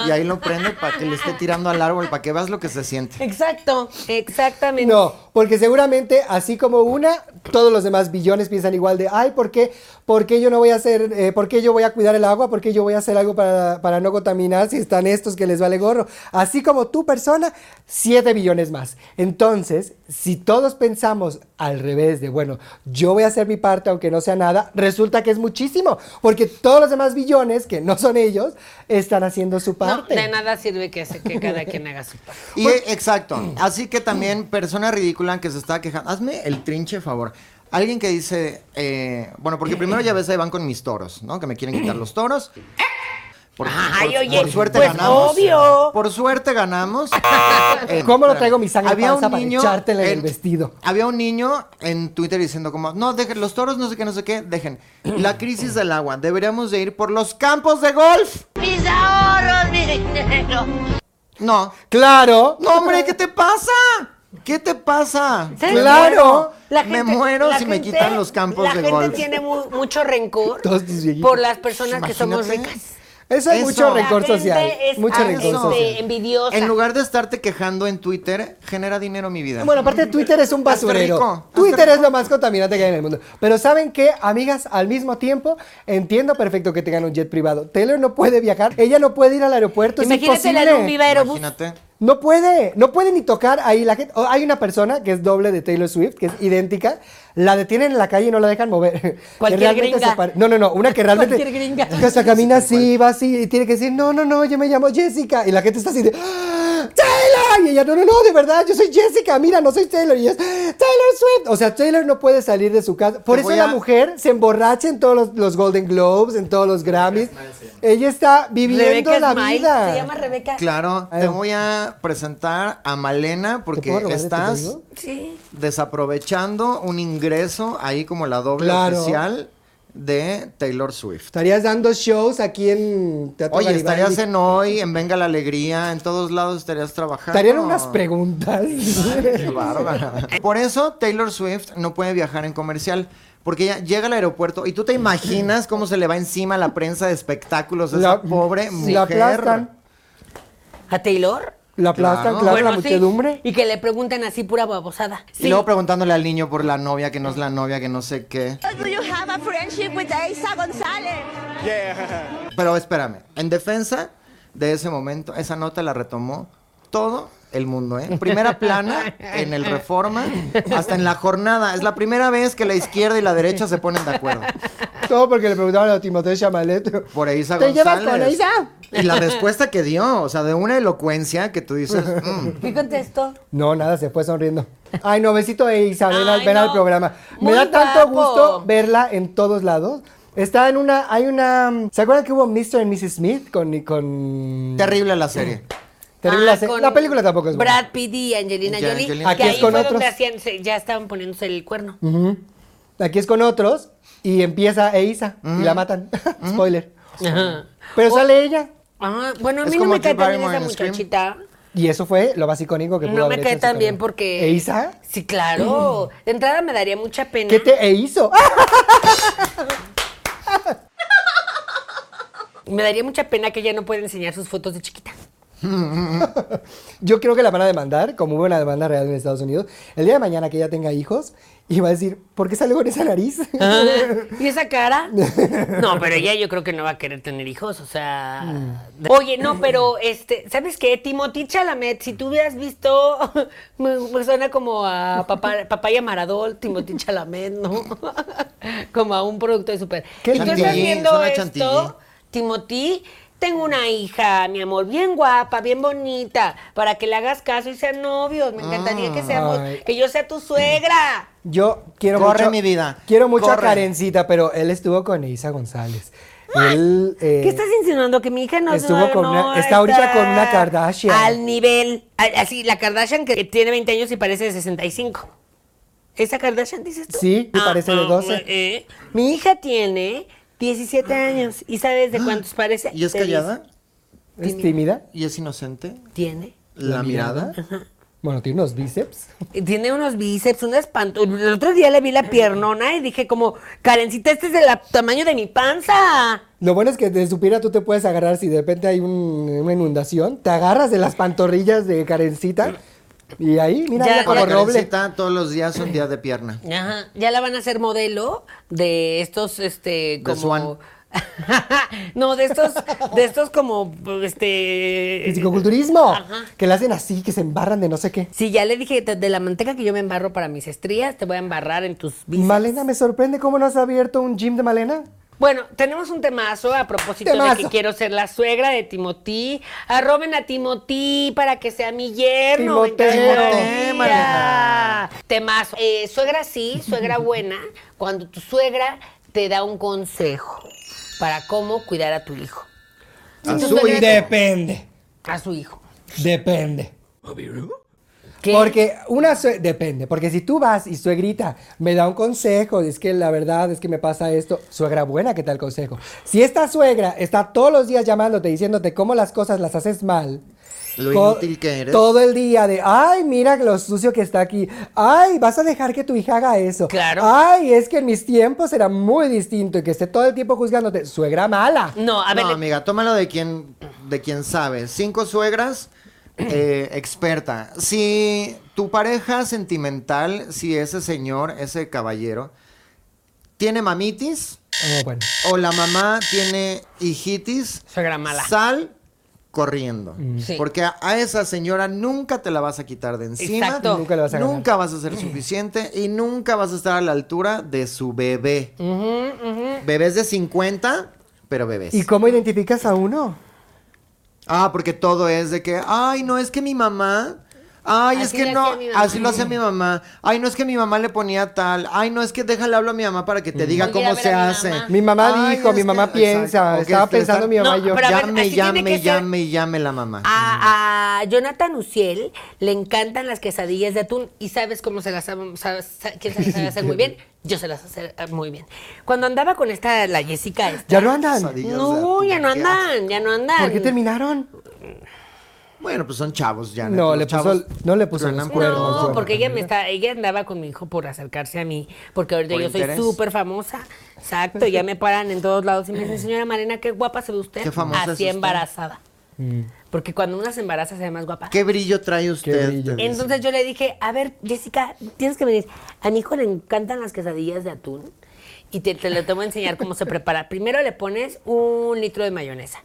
S3: Y ahí lo prende para que le esté tirando al árbol, para que veas lo que se siente.
S1: Exacto, exactamente.
S2: No, porque seguramente, así como una, todos los demás billones piensan igual de, ay, ¿por qué? ¿Por qué yo no voy a hacer, eh, por qué yo voy a cuidar el agua? ¿Por qué yo voy a hacer algo para, para no contaminar si están estos que les vale gorro? Así como tu persona, 7 billones más. Entonces, si todos pensamos al revés de, bueno, yo voy a hacer mi parte aunque no sea nada, resulta que es muchísimo, porque todos los demás billones, que no son ellos, están haciendo su
S1: No,
S2: parte.
S1: de nada sirve que, se- que cada quien haga su parte.
S3: Y eh, exacto. Así que también, persona ridícula que se está quejando, hazme el trinche favor. Alguien que dice, eh, bueno, porque primero ya ves ahí van con mis toros, ¿no? Que me quieren quitar los toros. Por,
S1: Ay, oye,
S3: por suerte
S1: pues,
S3: ganamos.
S1: obvio.
S3: Por suerte ganamos. Eh,
S2: <laughs> ¿Cómo lo
S3: espérame.
S2: traigo mi sangre falsa para echártela en el
S3: en-
S2: vestido?
S3: Había un niño en Twitter diciendo como, no, dejen los toros, no sé qué, no sé qué, dejen. La crisis del agua, deberíamos de ir por los campos de golf.
S7: Mis ahorros, mi dinero.
S3: No.
S2: Claro.
S3: No, hombre, ¿qué te pasa? ¿Qué te pasa?
S1: ¿Sabes?
S3: Me
S2: Claro.
S3: muero.
S1: La
S3: me
S1: gente-
S3: muero
S1: la
S3: si me
S1: gente-
S3: quitan los campos de
S1: La
S3: golf.
S1: gente tiene mu- mucho rencor
S2: Todos tus viejitos.
S1: por las personas que somos
S3: Imagínate.
S1: ricas.
S2: Eso es
S3: Eso.
S2: mucho
S3: La
S2: rencor
S1: gente
S2: social.
S1: es
S2: Mucho
S1: ah,
S2: rencor
S1: este,
S2: social.
S1: envidiosa.
S3: En lugar de estarte quejando en Twitter, genera dinero mi vida.
S2: Bueno, aparte Twitter es un
S3: Hazte
S2: basurero.
S3: rico, hazte
S2: Twitter es
S3: rico.
S2: lo más contaminante que hay en el mundo. Pero ¿saben qué, amigas? Al mismo tiempo, entiendo perfecto que tengan un jet privado. Taylor no puede viajar, ella no puede ir al aeropuerto, es
S1: Imagínate la
S2: imposible.
S1: Lum Viva Aerobús.
S3: Imagínate.
S2: No puede, no puede ni tocar ahí la gente. oh, hay una persona que es doble de Taylor Swift, que es idéntica. La detienen en la calle y no la dejan mover. <laughs> Que
S1: Cualquier
S2: realmente
S1: gringa.
S2: se pare- No, no, no.
S1: <laughs>
S2: Una que realmente.
S1: Cualquier gringa.
S2: Que hasta camina así, va así y tiene que decir, no, no, no, yo me llamo Jessica. Y la gente está así de. "¡Ah! ¡Taylor! Y ella, no, no, no, de verdad, yo soy Jessica. Mira, no soy Taylor. Y es Taylor Swift. O sea, Taylor no puede salir de su casa. Por
S3: Te
S2: eso
S3: voy
S2: la
S3: a-
S2: mujer se emborracha en todos los, los Golden Globes, en todos los Grammys. Ella está viviendo
S1: Rebeca
S2: la
S1: Smile,
S2: vida.
S1: Se llama Rebeca.
S3: Claro,
S2: Ay.
S3: te voy a presentar a Malena porque
S2: puedo robar este
S3: estás
S2: código?
S1: Sí.
S3: desaprovechando un ingreso ahí como la doble
S2: Claro.
S3: oficial de Taylor Swift.
S2: Estarías dando shows aquí en Teatro
S3: Oye,
S2: Garibaldi.
S3: estarías en hoy, en Venga la Alegría, en todos lados estarías trabajando.
S2: Estarían unas
S3: <laughs>
S2: preguntas.
S3: Qué bárbara. Por eso Taylor Swift no puede viajar en comercial. Porque ella llega al aeropuerto y tú te imaginas cómo se le va encima a la prensa de espectáculos a
S2: <laughs>
S3: esa
S2: La-
S3: pobre mujer.
S2: La aplastan.
S1: ¿A Taylor?
S2: La aplastan,
S3: Claro.
S2: claro, la
S1: sí.
S2: muchedumbre.
S1: Y que le pregunten así pura babosada.
S3: Y
S1: Sí.
S3: luego preguntándole al niño por la novia, que no es la novia, que no sé qué.
S7: Do you have a friendship with Isa González?
S3: Pero espérame, en defensa de ese momento, esa nota la retomó todo el mundo, ¿eh? Primera plana en el Reforma, hasta en la jornada. Es la primera vez que la izquierda y la derecha se ponen de acuerdo.
S2: Todo porque le preguntaban a Timoteo Chamalet. <laughs>
S3: Por Eiza
S2: ¿Te llevas
S3: González.
S2: con Eiza?
S3: Y la respuesta que dio, o sea, de una elocuencia que
S2: <laughs>
S3: tú dices, mm,
S1: ¿Qué contestó?
S2: No, nada, se fue sonriendo. Ay, no, besito de Isa, ven, al,
S1: Ay,
S2: ven al
S1: no.
S2: programa.
S1: Muy
S2: Me da tanto
S1: guapo.
S2: gusto verla en todos lados. Está en una, hay una, ¿se acuerdan que hubo Mr. y Mrs. Smith con, con
S3: terrible la serie.
S2: Terrible
S1: Ah,
S2: hace-
S1: con
S2: la película tampoco es buena.
S1: Brad Pitt y Angelina
S3: Ya,
S1: Jolie.
S3: Angelina
S1: Que ahí
S2: Jolie. Aquí es con
S1: fue donde
S2: otros.
S1: hacían, se- ya estaban poniéndose el cuerno.
S2: Ujú. Aquí es con otros y empieza Eiza y
S3: Mm.
S2: la matan. <laughs> Spoiler.
S1: Ajá.
S2: Pero
S1: O-
S2: sale ella.
S1: Ajá. Bueno, a
S3: Es
S1: mí no
S3: como
S1: me cae
S3: Drew
S1: tan bien
S3: Barrymore
S1: esa
S3: en Scream.
S1: muchachita.
S2: Y eso fue lo más icónico que pudo
S1: No
S2: haber
S1: me
S2: hecho
S1: cae
S2: en su
S1: tan bien
S2: carrera.
S1: porque.
S2: ¿Eiza?
S1: Sí,
S2: <clears throat>
S1: claro. De entrada me daría mucha pena.
S2: ¿Qué te e hizo? ¡Ah!
S1: Me daría mucha pena que ella no pueda enseñar sus fotos de chiquita.
S2: Yo creo que la van a demandar, como hubo una demanda real en Estados Unidos. El día de mañana que ella tenga hijos, y va a decir, ¿por qué salió con
S1: <laughs>
S2: esa nariz?
S1: ¿Y esa cara? No, pero ella yo creo que no va a querer tener hijos, o sea... Oye, no, pero, este, ¿sabes qué? Timothy Chalamet, si tú hubieras visto... <laughs> Me, me suena como a papá, papaya Maradol, Timothy Chalamet, ¿no? <laughs> Como a un producto de super...
S2: Qué
S1: y tú estás
S2: chantilly,
S1: viendo
S3: suena
S1: esto,
S3: chantilly.
S1: Timothy... Tengo una hija, mi amor, bien guapa, bien bonita, para que le hagas caso y sean novios. Me encantaría que seamos,
S2: Ay.
S1: que yo sea tu suegra.
S2: Yo quiero
S3: Corre,
S2: mucho-
S3: mi vida,
S2: Quiero mucho a
S3: corre.
S2: Karencita, pero él estuvo con Eiza González. Él, eh,
S1: ¡Ah! ¿Qué estás insinuando? Que mi hija no
S2: Estuvo
S1: no-
S2: con
S1: no
S2: una- está ahorita con una Kardashian.
S1: Al nivel. a- Así, la Kardashian que tiene 20 años y parece de 65. ¿Esa Kardashian dices tú?
S2: Sí, y parece de 12.
S1: eh. Mi hija tiene 17 años y ¿sabes
S2: Ah,
S1: de cuántos parece?
S3: ¿Y es
S1: De 10.
S3: callada?
S2: ¿Es tímida?
S3: ¿Y es inocente?
S1: Tiene.
S3: ¿La, mirada?
S2: Bueno, tiene unos bíceps.
S1: Y eh, Tiene unos bíceps, un espanto. El otro día le vi la piernona y dije como, Karencita, este es del tamaño de mi panza.
S2: Lo bueno es que de supiera tú te puedes agarrar si de repente hay un- una inundación, te agarras de las pantorrillas de Karencita y ahí, mira,
S1: Ya,
S2: ella como
S1: ya.
S3: La
S2: roble.
S3: Karencita todos los días un día de pierna.
S1: Ajá, ya la van a hacer modelo de estos, este, como...
S3: Swan.
S1: <laughs> no, de estos, de estos como, este...
S2: Fisicoculturismo,
S1: Ajá.
S2: que la hacen así, que se embarran de no sé qué.
S1: Sí, ya le dije, de, de la manteca que yo me embarro para mis estrías, te voy a embarrar en tus bíceps.
S2: Malena, me sorprende cómo no has abierto un gym de Malena.
S1: Bueno, tenemos un temazo a propósito de que
S2: Temazo.
S1: quiero ser la suegra de Timotí. Arroben a Timotí para que sea mi yerno. me
S2: Timoteo.
S1: encantaría.
S3: Timoteo, Malena.
S1: Temazo. Eh, suegra sí, suegra buena, cuando tu suegra te da un consejo para cómo cuidar a tu hijo,
S3: A
S1: tu
S3: su
S1: suegra-
S3: hijo.
S2: Depende,
S1: a su hijo.
S2: depende.
S1: ¿Qué?
S2: Porque una sue- depende, porque si tú vas y suegrita me da un consejo, es que la verdad es que me pasa esto, suegra buena, ¿qué tal consejo? Si esta suegra está todos los días llamándote diciéndote cómo las cosas las haces mal,
S3: Lo
S2: co-
S3: inútil que eres.
S2: Todo el día de, ay, mira lo sucio que está aquí. Ay, vas a dejar que tu hija haga eso.
S1: Claro.
S2: Ay, es que en mis tiempos era muy distinto y que esté todo el tiempo juzgándote. Suegra mala.
S1: No, a ver,
S3: no, amiga, tómalo de quien, de quien sabe. Cinco suegras, eh, experta. Si tu pareja sentimental, si ese señor, ese caballero, tiene mamitis
S2: Oh, bueno.
S3: o la mamá tiene hijitis,
S1: Suegra mala. Mm.
S3: sal corriendo.
S1: Sí.
S3: Porque a, a esa señora nunca te la vas a quitar de encima.
S1: Exacto.
S2: Nunca la vas a ganar.
S3: Nunca vas a ser suficiente y nunca vas a estar a la altura de su bebé. Bebés de 50, pero bebés.
S2: ¿Y cómo identificas a uno?
S3: Ah, porque todo es de que, ay, no es que mi mamá, ay,
S1: Así
S3: es
S1: lo
S3: que no,
S1: hacía mi mamá.
S3: así lo hacía mi mamá, ay, no es que mi mamá le ponía tal, ay, no es que déjale hablo a mi mamá para que te diga
S1: Voy a ir a
S3: cómo
S1: ver
S3: se
S1: a mi
S3: hace.
S1: mamá.
S2: Mm. Mi mamá
S3: Ay,
S2: dijo,
S3: es
S2: mi
S3: que-
S2: mamá
S3: exacto,
S2: piensa,
S3: o que
S2: estaba
S3: estresar-
S2: pensando mi
S1: No,
S2: mamá y yo.
S1: pero a ver,
S3: llame,
S1: así tiene
S3: llame,
S1: que ser-
S3: llame, llame la mamá.
S1: A, a Jonathan Uciel le encantan las quesadillas de atún y sabes cómo se las sabe, sabe- sabe- quién se las sabe hacer muy bien. Yo se las hacer muy bien. Cuando andaba con esta la Jessica esta-
S2: Ya no andan.
S3: Sadie.
S1: no, ya no
S3: Qué
S1: andan, ya no andan.
S2: ¿Por qué terminaron?
S3: Bueno, pues son chavos ya.
S2: No,
S3: Los
S2: le puso-
S3: chavos
S2: no le puso
S3: truenan
S2: los
S3: por
S2: cuernos,
S1: No,
S3: hermosura.
S2: Jonathan,
S1: porque ella me está, ella andaba con mi hijo por acercarse a mí, porque ahorita
S3: Por
S1: yo
S3: interés.
S1: soy súper famosa. Exacto, ya me paran en todos lados y me dicen, señora Marina, qué guapa se ve usted.
S3: Qué famosa es
S1: Así
S3: usted.
S1: embarazada.
S3: Mm.
S1: Porque cuando una se embaraza se ve más guapa.
S3: ¿Qué brillo trae usted?
S2: brillo.
S3: te dice.
S1: Entonces yo le dije, a ver, Jessica, tienes que venir. A mi hijo le encantan las quesadillas de atún. Y te, te lo te voy a enseñar cómo se prepara. Primero le pones un litro de mayonesa.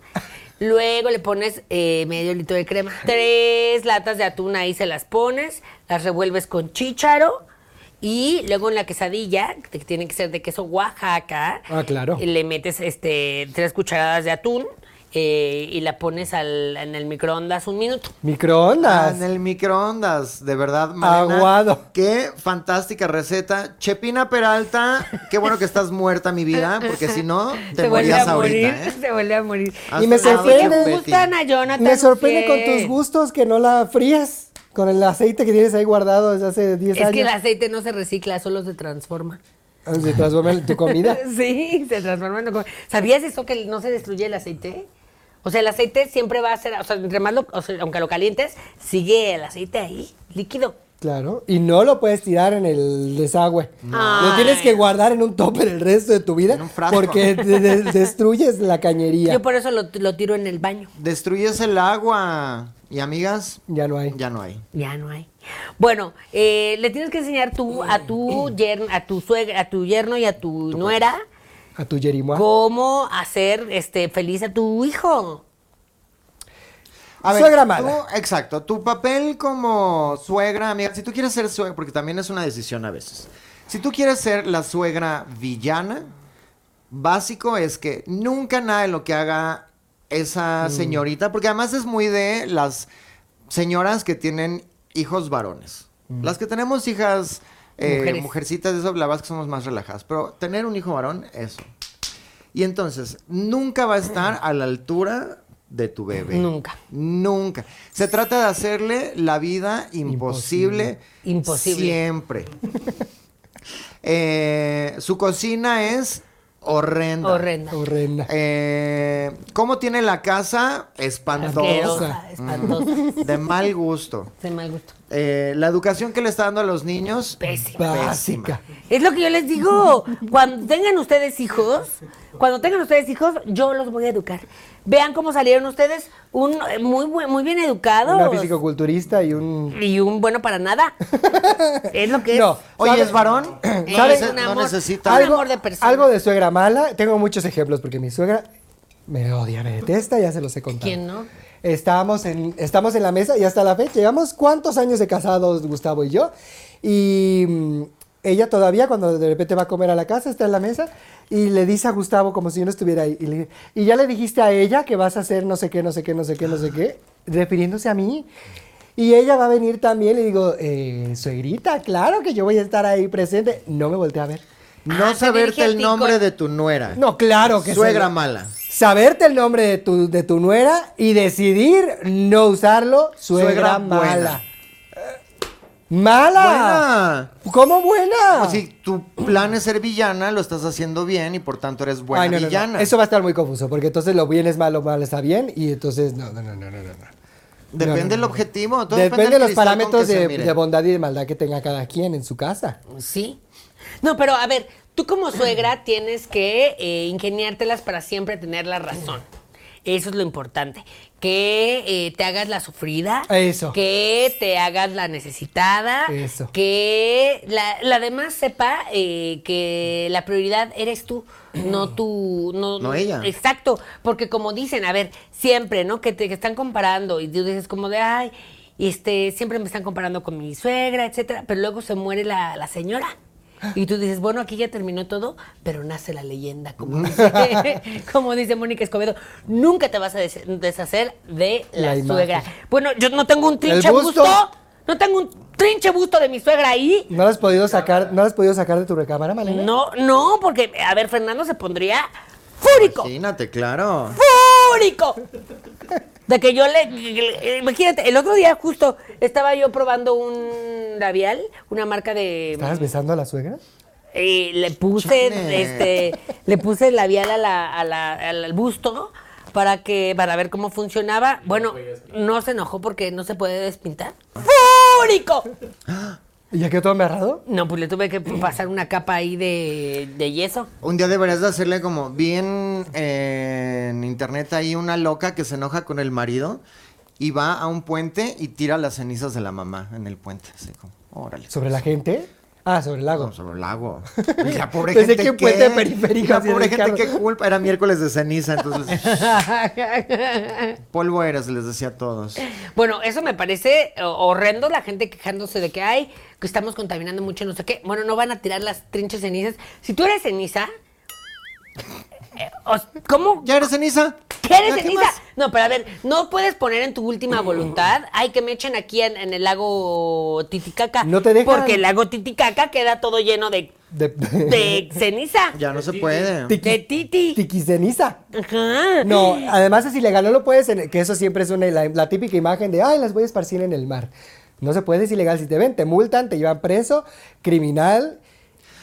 S1: Luego le pones eh, medio litro de crema. Tres latas de atún ahí se las pones. Las revuelves con chícharo. Y luego en la quesadilla, que tiene que ser de queso Oaxaca.
S2: Ah, claro.
S1: Le metes este, tres cucharadas de atún. eh, y la pones al- en el microondas un minuto.
S2: Microondas.
S3: En el microondas, de verdad, Malena.
S2: Aguado.
S3: Qué fantástica receta. Chepina Peralta, qué bueno que estás muerta, mi vida, porque
S1: <laughs>
S3: si no, te
S1: vuelve
S3: morías
S1: a morir,
S3: ahorita. ¿eh? Ah,
S1: se vuelve a morir.
S3: Has
S2: Y me
S3: tenido
S2: sorprende-
S1: ¿Te
S3: diabetes.
S1: gustan a Jonathan?
S2: Me sorprende con
S1: Ujier?
S2: tus gustos que no la frías con el aceite que tienes ahí guardado desde hace 10
S1: Es
S2: años.
S1: que el aceite no se recicla, solo se transforma.
S2: Se transforma en tu comida.
S1: <laughs> Sí, se transforma en alcohol. ¿Sabías eso que no se destruye el aceite? O sea, el aceite siempre va a ser, o sea, entre más lo- o sea, aunque lo calientes, sigue el aceite ahí, líquido.
S2: Claro, y no lo puedes tirar en el desagüe. Lo
S1: Ay.
S2: tienes que guardar en un topper el resto de tu vida
S3: En un frasco.
S2: porque de- de-
S3: <laughs>
S2: destruyes la cañería.
S1: Yo por eso lo, lo tiro en el baño.
S3: Destruyes el agua. Y amigas,
S2: Ya no hay.
S3: ya no hay.
S1: Ya no hay. Bueno, eh, le tienes que enseñar tú a tu yerno, a tu suegra, a tu yerno y a tu nuera
S2: A tu Yerimoa.
S1: cómo hacer este feliz a tu hijo.
S2: Suegra mala.
S3: tú- exacto, tu papel como suegra, amiga, si tú quieres ser suegra, porque también es una decisión a veces. Si tú quieres ser la suegra villana, básico es que nunca nada de lo que haga
S2: Mm.
S3: esa señorita, porque además es muy de las señoras que tienen hijos varones.
S2: Mm.
S3: Las que tenemos hijas eh,
S1: Mujeres.
S3: mujercitas, eso, la verdad es que somos más relajadas, pero tener un hijo varón, eso. Y entonces, nunca va a estar a la altura de tu bebé.
S1: Nunca.
S3: Nunca. Se trata de hacerle la vida imposible.
S1: Imposible.
S3: Siempre. Eh, su cocina es horrenda.
S1: Horrenda.
S2: Horrenda.
S3: Eh, ¿Cómo tiene la casa? Espantosa.
S1: Asquerosa, espantosa.
S3: De mal gusto.
S1: De mal gusto.
S3: Eh, la educación que le está dando a los niños.
S1: Pésima.
S2: Básica.
S1: Es lo que yo les digo. Cuando tengan ustedes hijos, cuando tengan ustedes hijos, yo los voy a educar. Vean cómo salieron ustedes un eh, muy buen- muy bien
S2: Una
S1: educados
S2: fisicoculturista y un.
S1: y un bueno para nada. es lo que es.
S2: No.
S3: Oye,
S2: ¿Sabe-
S3: ¿es varón?
S1: Es
S3: No, nece-
S1: un
S3: no
S1: amor.
S3: necesita.
S1: Un amor de persona.
S2: algo de suegra mala. Tengo muchos ejemplos porque mi suegra me odia, me detesta, ya se los he contado.
S1: ¿Quién no?
S2: Estábamos en, estamos en la mesa y hasta la fecha llevamos cuántos años de casados Gustavo y yo. Y mm, ella todavía cuando de repente va a comer a la casa está en la mesa y le dice a Gustavo como si yo no estuviera ahí. Y, le- y ya le dijiste a ella que vas a hacer no sé qué, no sé qué, no sé qué, no sé qué, refiriéndose a mí. Y ella va a venir también y digo, eh, suegrita, claro que yo voy a estar ahí presente. No me volteé a ver.
S3: No
S1: Ah, te dirige
S3: saberte
S1: a
S3: el
S1: ti
S3: nombre
S1: con-
S3: de tu nuera.
S2: No, claro que
S3: Suegra
S2: se-
S3: mala.
S2: Saberte el nombre de tu, de tu nuera y decidir no usarlo, suegra,
S3: Suegra buena.
S2: mala. ¡Mala!
S3: Buena.
S2: ¿Cómo buena?
S3: Pues si tu plan es ser villana, lo estás haciendo bien y por tanto eres buena
S2: Ay, no, no, no.
S3: villana.
S2: Eso va a estar muy confuso, porque entonces lo bien es malo, malo está bien, y entonces no, no, no, no, no, no. no.
S3: Depende
S2: No, no,
S3: del
S2: no.
S3: objetivo. todo
S2: Depende de
S3: del
S2: los
S3: cristal con
S2: parámetros
S3: que se
S2: de,
S3: mire.
S2: de bondad y de maldad que tenga cada quien en su casa.
S1: Sí. No, pero a ver, tú como
S2: <clears throat>
S1: suegra tienes que eh, ingeniártelas para siempre tener la razón. Eso es lo importante. Que eh, te hagas la sufrida.
S2: Eso.
S1: Que te hagas la necesitada.
S2: Eso.
S1: Que la, la demás sepa eh, que la prioridad eres tú,
S2: <clears throat>
S1: no tú. No,
S3: No ella.
S1: Exacto. Porque como dicen, a ver, siempre, ¿no? Que te que están comparando y tú dices como de, ay, este, siempre me están comparando con mi suegra, etcétera. Pero luego se muere la, la señora. Y tú dices, bueno, aquí ya terminó todo, pero nace la leyenda,
S2: <laughs>
S1: como dice, <laughs> como dice Mónica Escobedo. Nunca te vas a des- deshacer de la,
S2: La imagen.
S1: suegra. Bueno, yo no tengo un trinche
S2: busto.
S1: busto. No tengo un trinche busto de mi suegra ahí.
S2: ¿No lo has podido sacar, no lo has podido sacar de tu recámara, Malena?
S1: No, no, porque, a ver, Fernando se pondría fúrico.
S3: Imagínate, claro.
S1: fúrico. De que yo le. Imagínate, el otro día justo estaba yo probando un labial, una marca
S2: ¿Estabas
S1: de.
S2: besando a la suegra?
S1: eh, le puse
S3: Chale.
S1: este. Le puse el labial a la, a la- al busto para que. para ver cómo funcionaba. Bueno, no se enojó porque no se puede despintar. ¡Fúrico!
S2: ¿Y ya quedó todo amarrado?
S1: No, pues le tuve que pasar una capa ahí de, de yeso.
S3: Un día deberías de hacerle como bien eh, en internet hay una loca que se enoja con el marido y va a un puente y tira las cenizas de la mamá en el puente. Así como, órale.
S2: ¿Sobre la gente? Ah, sobre el lago.
S3: No, sobre
S2: <laughs>
S3: el lago. Y la pobre
S2: Pensé
S3: gente
S2: que un
S3: qué?
S2: puente periférico,
S3: Y La
S2: así en
S3: pobre
S2: el
S3: gente,
S2: carro.
S3: qué culpa. Era miércoles de
S2: <laughs>
S3: ceniza, entonces. Polvo eres, les decía a todos.
S1: Bueno, eso me parece eh, horrendo, la gente quejándose de que ay, que estamos contaminando mucho, no sé qué. Bueno, no van a tirar las trinches cenizas. Si tú eres ceniza, eh, os- ¿cómo?
S3: ¿Ya eres ceniza?
S1: ¿Quieres
S2: ¿A qué
S1: ceniza?
S2: más?
S1: No, pero a ver, no puedes poner en tu
S2: <clears throat>
S1: última voluntad, ay, que me echen aquí en, en el lago Titicaca.
S2: No te dejan.
S1: Porque el lago Titicaca queda todo lleno de,
S2: De, <laughs>
S1: de ceniza.
S3: Ya no se puede.
S2: Ti-
S1: De titi.
S2: Tiquiceniza.
S1: Ajá. <laughs>
S2: No, además es ilegal, no lo puedes, en- que eso siempre es una, la, la típica imagen de, ay, las voy a esparcir en el mar. No se puede, es ilegal, si te ven, te multan, te llevan preso, criminal,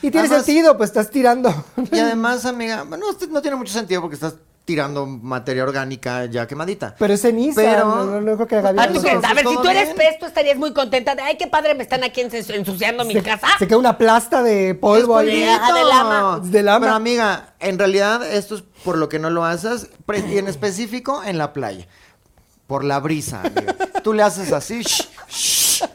S2: y tiene
S3: Además-
S2: sentido, pues estás tirando. <laughs>
S3: Y además, amiga, bueno, esto no tiene mucho sentido porque estás tirando materia orgánica ya quemadita.
S2: Pero es ceniza,
S3: Pero-
S2: no, no, no creo que haga bien.
S1: Ah, ¿tú
S3: Nosotros,
S1: crees? A ver, si
S3: todo
S1: tú eres
S3: bien.
S1: pez, tú estarías muy contenta de, ay, qué padre, me están aquí ensu- ensuciando mi
S2: se,
S1: casa.
S2: se queda una plasta de polvo
S3: Es
S2: ahí.
S1: polvito. Ah, de lama.
S2: De lama.
S3: Pero amiga, en realidad esto es por lo que no lo haces, pre- y en específico en la playa. Por la brisa, amiga. Tú le haces
S2: <laughs>
S3: así. shh, shh.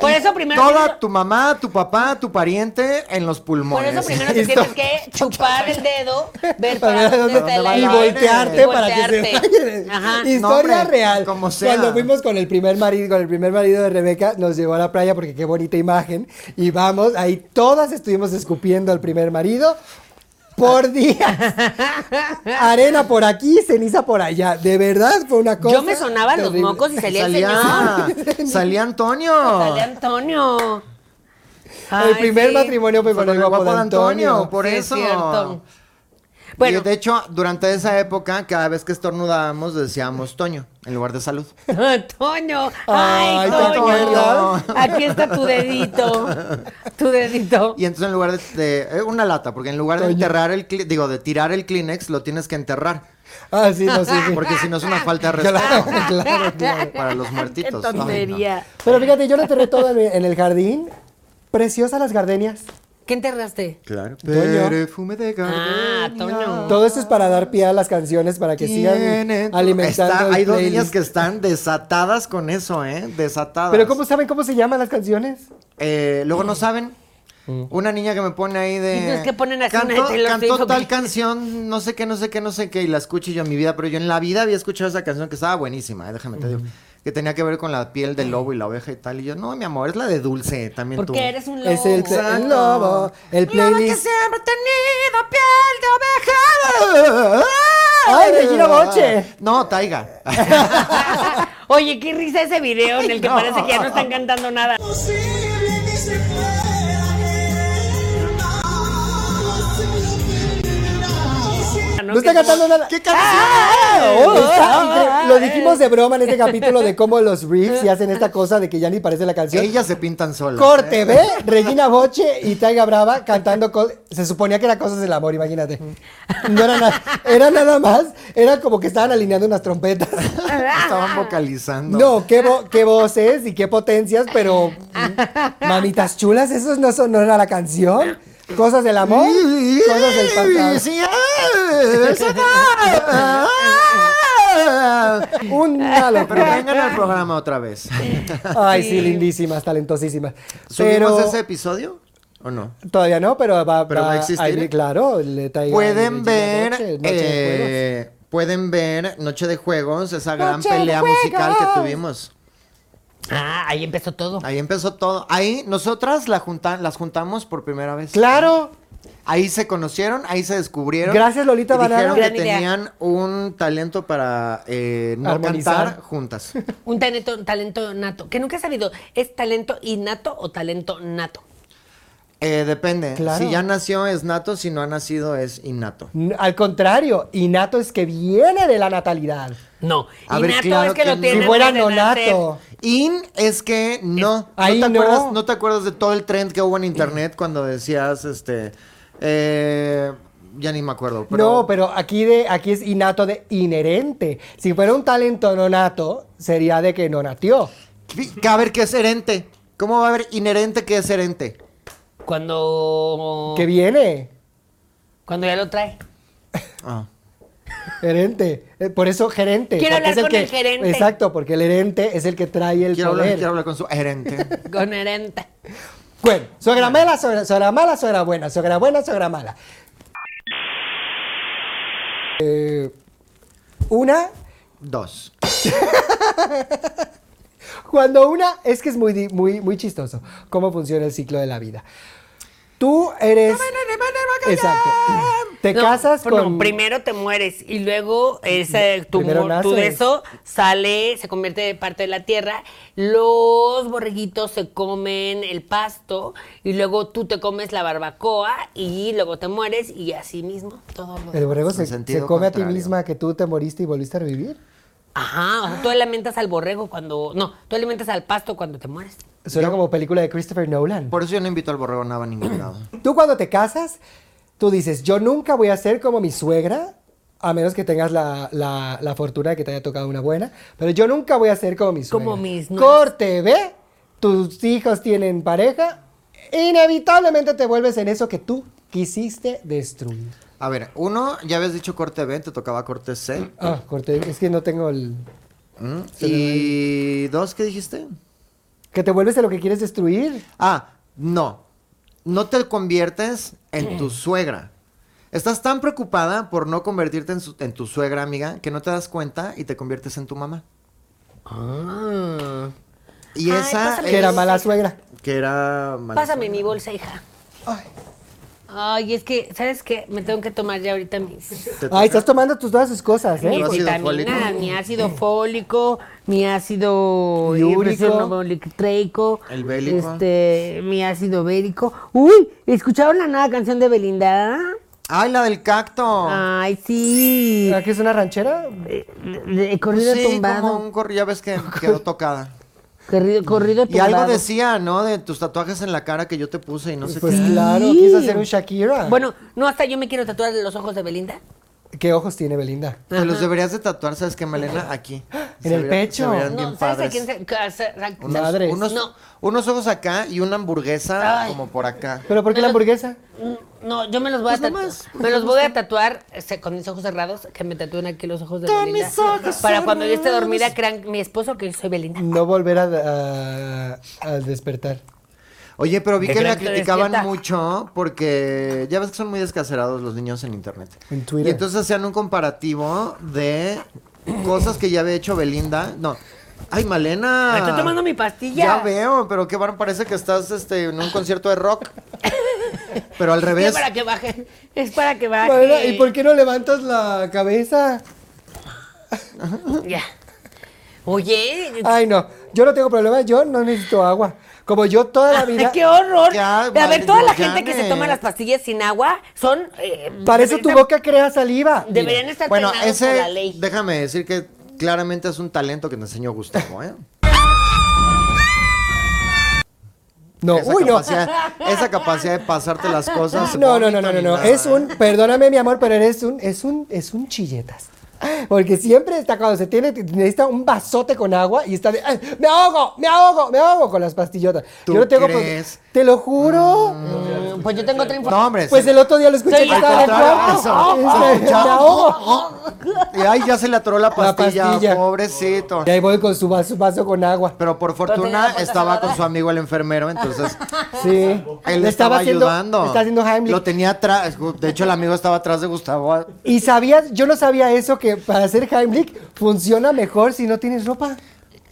S1: Por eso primero...
S3: Toda
S1: tienes-
S3: tu mamá, tu papá, tu pariente en los
S1: Por
S3: pulmones.
S1: eso primero te
S2: Eso.
S1: tienes
S3: <laughs>
S1: que chupar el dedo, ver para dónde está el
S2: y
S1: aire,
S2: voltearte para que se
S1: voltearte.
S2: vaya.
S1: Ajá.
S2: Historia
S3: hombre,
S2: real.
S3: como sea.
S2: Cuando fuimos con el primer marido, con el primer marido de Rebeca, nos llevó a la playa porque qué bonita imagen. Y vamos, ahí todas estuvimos escupiendo al primer marido.
S1: Ah. <laughs>
S2: Por días. Arena por aquí, ceniza por allá. De verdad fue una cosa.
S1: Yo me sonaban los
S2: terrible.
S1: mocos y salía, el
S3: <laughs> salía,
S1: señor. <laughs>
S3: salía Antonio.
S1: Salía Antonio. Ay,
S2: el primer
S1: sí.
S2: matrimonio fue
S3: Fue
S2: con el guapo de Antonio.
S3: por
S1: Sí, es
S3: eso.
S1: cierto.
S3: Y
S1: Bueno.
S3: de hecho, durante esa época, cada vez que estornudábamos, decíamos Toño, en lugar de salud.
S1: Toño, ay,
S2: Ay, ¿te
S1: Toño,
S3: acuerdas?
S1: aquí está tu dedito, tu dedito.
S3: Y entonces en lugar de, de- eh, una lata, porque en lugar de enterrar el cli- digo, de tirar el Kleenex, lo tienes que enterrar.
S2: Ah, sí, no, sí, sí.
S3: <laughs> Porque si no es una falta
S2: <laughs>
S3: de
S2: Claro,
S3: respeto
S2: claro, claro.
S3: para los muertitos.
S1: <laughs> Qué
S3: Ay, no.
S1: tontería.
S2: Pero fíjate, yo lo enterré todo en, en el jardín. Preciosas las gardenias.
S1: ¿Qué enterraste?
S3: Claro.
S2: Toño.
S3: Perfume de
S1: Ah,
S3: gardenia.
S1: Toño.
S2: Todo esto es para dar pie a las canciones para que sigan
S3: Tiene-
S2: alimentando.
S3: Está-
S2: el
S3: hay dos
S2: playlist.
S3: niñas que están desatadas con eso, ¿eh? Desatadas.
S2: Pero ¿cómo Mm. saben cómo se llaman las canciones?
S3: Eh, luego no saben.
S2: Mm.
S3: Una niña que me pone ahí de.
S1: Y no <laughs> es que ponen así una de
S3: "Cantó-
S1: Taylor Swift,
S3: Cantó
S1: ¿o
S3: tal
S1: qué?"
S3: canción, no sé qué, no sé qué, no sé qué, y la escucho yo en mi vida, pero yo en la vida había escuchado esa canción que estaba buenísima, eh, déjame te
S2: Mm.
S3: digo. Que tenía que ver con la piel del lobo y la oveja y tal. Y yo, no, mi amor, es la de dulce también tú.
S1: Porque eres un lobo.
S2: Es el,
S3: Exacto.
S2: el lobo, el
S3: Lobo que
S2: playlist.
S3: siempre ha tenido piel de oveja.
S2: ¡Ah! Ay, Regina Boche. <laughs>
S3: No, Taiga.
S1: <laughs> Oye, qué risa ese video en el que
S3: no.
S1: parece que ya no están cantando nada.
S2: No está cantando nada. ¡Ah!
S3: ¿Qué canción?
S2: Está increíble. lo dijimos de broma en este capítulo de cómo los
S1: <laughs>
S2: riffs y hacen esta cosa de que ya ni parece la canción.
S3: Ellas se pintan solas.
S2: Corte,
S3: ¿eh?
S2: ve, Regina Boche y Taiga Brava cantando. co- Se suponía que era cosas del amor, imagínate. No era nada, era nada más, era como que estaban alineando unas trompetas.
S3: Estaban vocalizando.
S2: No, qué, vo- qué voces y qué potencias, pero mm, mamitas chulas, eso no, son, no era la canción. Cosas del amor, cosas del pasado. ¡eh!
S3: Sí, ah, eso no. Ah.
S2: Una
S3: <laughs> Pero
S2: locura.
S3: vengan al programa otra vez.
S2: Ay, sí, lindísimas, talentosísimas.
S3: <laughs> ¿Subimos
S2: Pero
S3: ese episodio o no?
S2: todavía no, pero va,
S3: Pero
S2: va
S3: va a existir.
S2: ahí, claro, le Taiga y
S3: Pueden
S2: Regina
S3: ver,
S2: Boche, Noche de Juegos.
S3: eh, pueden ver Noche de Juegos, esa gran
S2: Noche de
S3: pelea musical que
S2: Juegos.
S3: tuvimos.
S1: Ah, ahí empezó todo.
S3: Ahí empezó todo. Ahí nosotras la junta- las juntamos por primera vez.
S2: Claro,
S3: Ahí se conocieron, ahí se descubrieron.
S2: Gracias, Lolita
S3: y Dijeron
S2: Banana.
S3: que
S1: Gran idea.
S3: tenían un talento para eh, no
S2: Armonizar.
S3: cantar
S2: <laughs>
S3: juntas.
S1: Un talento, talento nato. Que nunca he sabido, ¿es talento innato o talento nato?
S3: Eh, depende.
S2: Claro.
S3: Si ya nació es nato, si no ha nacido es innato.
S2: n- al contrario, innato es que viene de la natalidad.
S1: No.
S3: A ver,
S1: innato
S3: claro
S1: es que,
S3: que
S1: lo
S3: no.
S1: tienen
S2: si fuera
S1: antes de nacer.
S2: nonato.
S3: In es que no.
S2: Eh, ahí
S3: ¿No, te
S2: no. Eh.
S3: Acuerdas, ¿No te acuerdas de todo el trend que hubo en internet cuando decías, este, eh, ya ni me acuerdo. Pero,
S2: no, pero aquí de aquí es innato de inherente. Si fuera un talento no nato, sería de que no natió.
S3: Que A ver, ¿qué es herente? ¿Cómo va a haber inherente que es herente?
S1: Cuando.
S2: Que viene,
S1: Cuando ya lo trae.
S3: Ah.
S2: herente. Eh, Por eso gerente.
S1: Quiero
S2: porque
S1: hablar
S2: es el
S1: con
S2: que-
S1: el gerente.
S2: Exacto, porque el herente es el que trae el
S3: Quiero hablar,
S2: poder.
S3: quiero hablar con su herente.
S2: <laughs>
S1: Con herenta.
S2: Bueno, suegra mala, suegra, suegra mala, suegra buena, suegra buena, suegra mala. Eh, una
S3: Dos.
S2: Cuando una, es que es muy, di- muy, muy chistoso cómo funciona el ciclo de la vida. Tú eres... Exacto. Te
S1: No,
S2: casas
S1: no,
S2: con.
S1: primero te mueres y luego ese tu,
S2: Primero
S1: mor- tu de
S2: naces.
S1: eso sale, se convierte en parte de la tierra. Los borreguitos se comen el pasto y luego tú te comes la barbacoa y luego te mueres y así mismo todo lo
S2: El borrego se,
S3: En sentido
S2: se come a ti
S3: contrario.
S2: misma que tú te moriste y volviste a revivir.
S1: Ajá, o sea, tú alimentas al borrego cuando. No, tú alimentas al pasto cuando te mueres.
S2: Suena como película de Christopher Nolan.
S3: Por eso yo no invito al borrego nada
S1: <clears throat>
S3: a ningún lado.
S2: Tú cuando te casas, tú dices, yo nunca voy a ser como mi suegra, a menos que tengas la, la- la fortuna de que te haya tocado una buena, pero yo nunca voy a ser como mi suegra.
S1: Como mis nueras.
S2: Corte, ve, tus hijos tienen pareja, inevitablemente te vuelves en eso que tú quisiste destruir.
S3: A ver, uno, ya habías dicho corte B, te tocaba corte C.
S2: Ah, corte, es que no tengo el...
S3: ¿Mm? Y dos, ¿qué dijiste?
S2: Que te vuelves en lo que quieres destruir.
S3: Ah, no. No te conviertes en
S1: <clears throat>
S3: tu suegra. Estás tan preocupada por no convertirte en, su- en tu suegra, amiga, que no te das cuenta y te conviertes en tu mamá.
S2: Ah.
S3: Y
S1: Ay,
S3: esa
S1: pásame
S3: es-
S2: Que era mala suegra.
S3: que era mala
S1: Pásame
S3: suegra.
S1: mi bolsa, hija.
S2: Ay,
S1: Ay, es que, ¿sabes qué? Me tengo que tomar ya ahorita mis.
S3: Te toca-
S2: Ay, estás tomando tus, todas tus cosas, ¿eh?
S1: mi
S3: ácido
S1: vitamina,
S3: fólico.
S1: mi ácido fólico, mi ácido
S2: Diúrico.
S1: traico,
S3: El bélico.
S1: este, mi ácido bélico. Uy, ¿escucharon la nueva canción de Belinda?
S3: Ay, la del cacto.
S1: Ay, sí.
S2: ¿Ah, que es una ranchera?
S1: Eh, eh, corrido
S3: sí,
S1: tumbado.
S3: como un corri- ya
S1: <laughs>
S3: ves que quedó tocada.
S1: Corrido, corrido
S3: Y
S1: tumbado.
S3: algo decía, ¿no? De tus tatuajes en la cara que yo te puse y no sé
S2: Pues
S3: qué.
S2: claro,
S1: Sí.
S2: quiso hacer un Shakira.
S1: Bueno, no, hasta yo me quiero tatuar los ojos de Belinda.
S2: ¿Qué ojos tiene Belinda?
S3: Te los deberías de tatuar, ¿sabes qué, Melena? Aquí.
S2: En
S3: Se
S2: el
S3: verían-
S2: pecho.
S3: se verían
S1: No,
S2: Están
S3: bien
S1: ¿sabes a
S3: padres.
S1: quién se- ca- se- ra-
S3: Unos,
S2: Madres.
S3: unos,
S1: No.
S3: unos ojos acá y una hamburguesa
S1: Ay.
S3: como por acá.
S2: ¿Pero por qué la hamburguesa?
S1: Mm, No, yo me los voy a
S3: Pues
S1: tatuar.
S3: nomás,
S1: Me los voy a tatuar este, con mis ojos cerrados, que me tatúen aquí los ojos de
S3: Con
S1: Belinda.
S3: mis ojos
S1: para cuando yo esté
S3: cerrados.
S1: dormida, crean mi esposo que soy Belinda.
S2: No volver a, a- a despertar.
S3: Oye, pero vi
S1: ¿De
S3: que la
S1: frente
S3: criticaban
S1: despierta?
S3: mucho porque ya ves que son muy descacerados los niños en internet.
S2: En Twitter.
S3: Y entonces hacían un comparativo de cosas que ya había hecho Belinda. No. Ay, Malena.
S2: Ah.
S1: Me estoy tomando mi pastilla.
S3: Ya veo, pero qué barro, parece que estás este, en un concierto de
S1: <laughs>
S3: rock. Pero al
S1: Es
S3: revés.
S1: para que baje. Es para que baje.
S2: Bueno, ¿y por qué no levantas la cabeza?
S1: Ya. Oye,
S2: Ay, no. Yo no tengo problema, yo no necesito agua. Como
S1: <laughs>
S2: yo toda la vida.
S1: qué horror.
S3: Ya,
S1: a ver, toda la
S3: Janet.
S1: gente que se toma las pastillas sin agua son. eh,
S2: Para eso tu
S1: deberían-
S2: boca crea saliva.
S1: Deberían estar
S3: Bueno,
S1: penados por la
S3: ese,
S1: ley.
S3: déjame decir que claramente es un talento que te enseñó Gustavo, ¿eh?
S2: <laughs> No,
S3: esa
S2: uy, no.
S3: capacidad, esa capacidad de pasarte las
S2: <laughs>
S3: cosas.
S2: No, no,
S3: vómito
S2: no, no, no,
S3: ni
S2: no.
S3: nada. ¿eh?
S2: Es un, perdóname, mi amor, pero eres un, es un, es un chilletas. Porque siempre está cuando se tiene, necesita un vasote con agua y está de, "Ay, me ahogo, me ahogo, me ahogo con las pastillotas.
S3: ¿Tú
S2: yo no tengo, pro-
S3: crees?
S2: te lo juro.
S1: Mm, Pues yo tengo otra
S3: No,
S1: información.
S3: hombre.
S2: Pues
S3: se-
S2: el otro día lo escuché
S1: Soy
S2: que
S1: la
S2: estaba en el
S1: contraria,
S2: cuarto.
S3: Ah, eso. Ah,
S2: Este,
S3: Se escuchaba.
S2: me ahogo.
S3: Y Ay, ya se
S2: <laughs>
S3: le atoró la pastilla,
S2: pastilla.
S3: pobrecito.
S2: Y ahí voy con su vaso, vaso con agua.
S3: Pero por
S1: tenía la
S3: fortuna
S1: puerta
S3: estaba
S1: cerrada.
S3: con su amigo el enfermero,
S2: <laughs>
S3: entonces
S2: Sí.
S3: él
S2: Le
S3: le estaba,
S2: haciendo,
S3: ayudando.
S2: le Está haciendo Heimlich.
S3: Lo tenía atrás. De hecho, el amigo estaba atrás de Gustavo.
S2: Y sabías, yo no sabía eso, que para hacer Heimlich funciona mejor si no tienes ropa.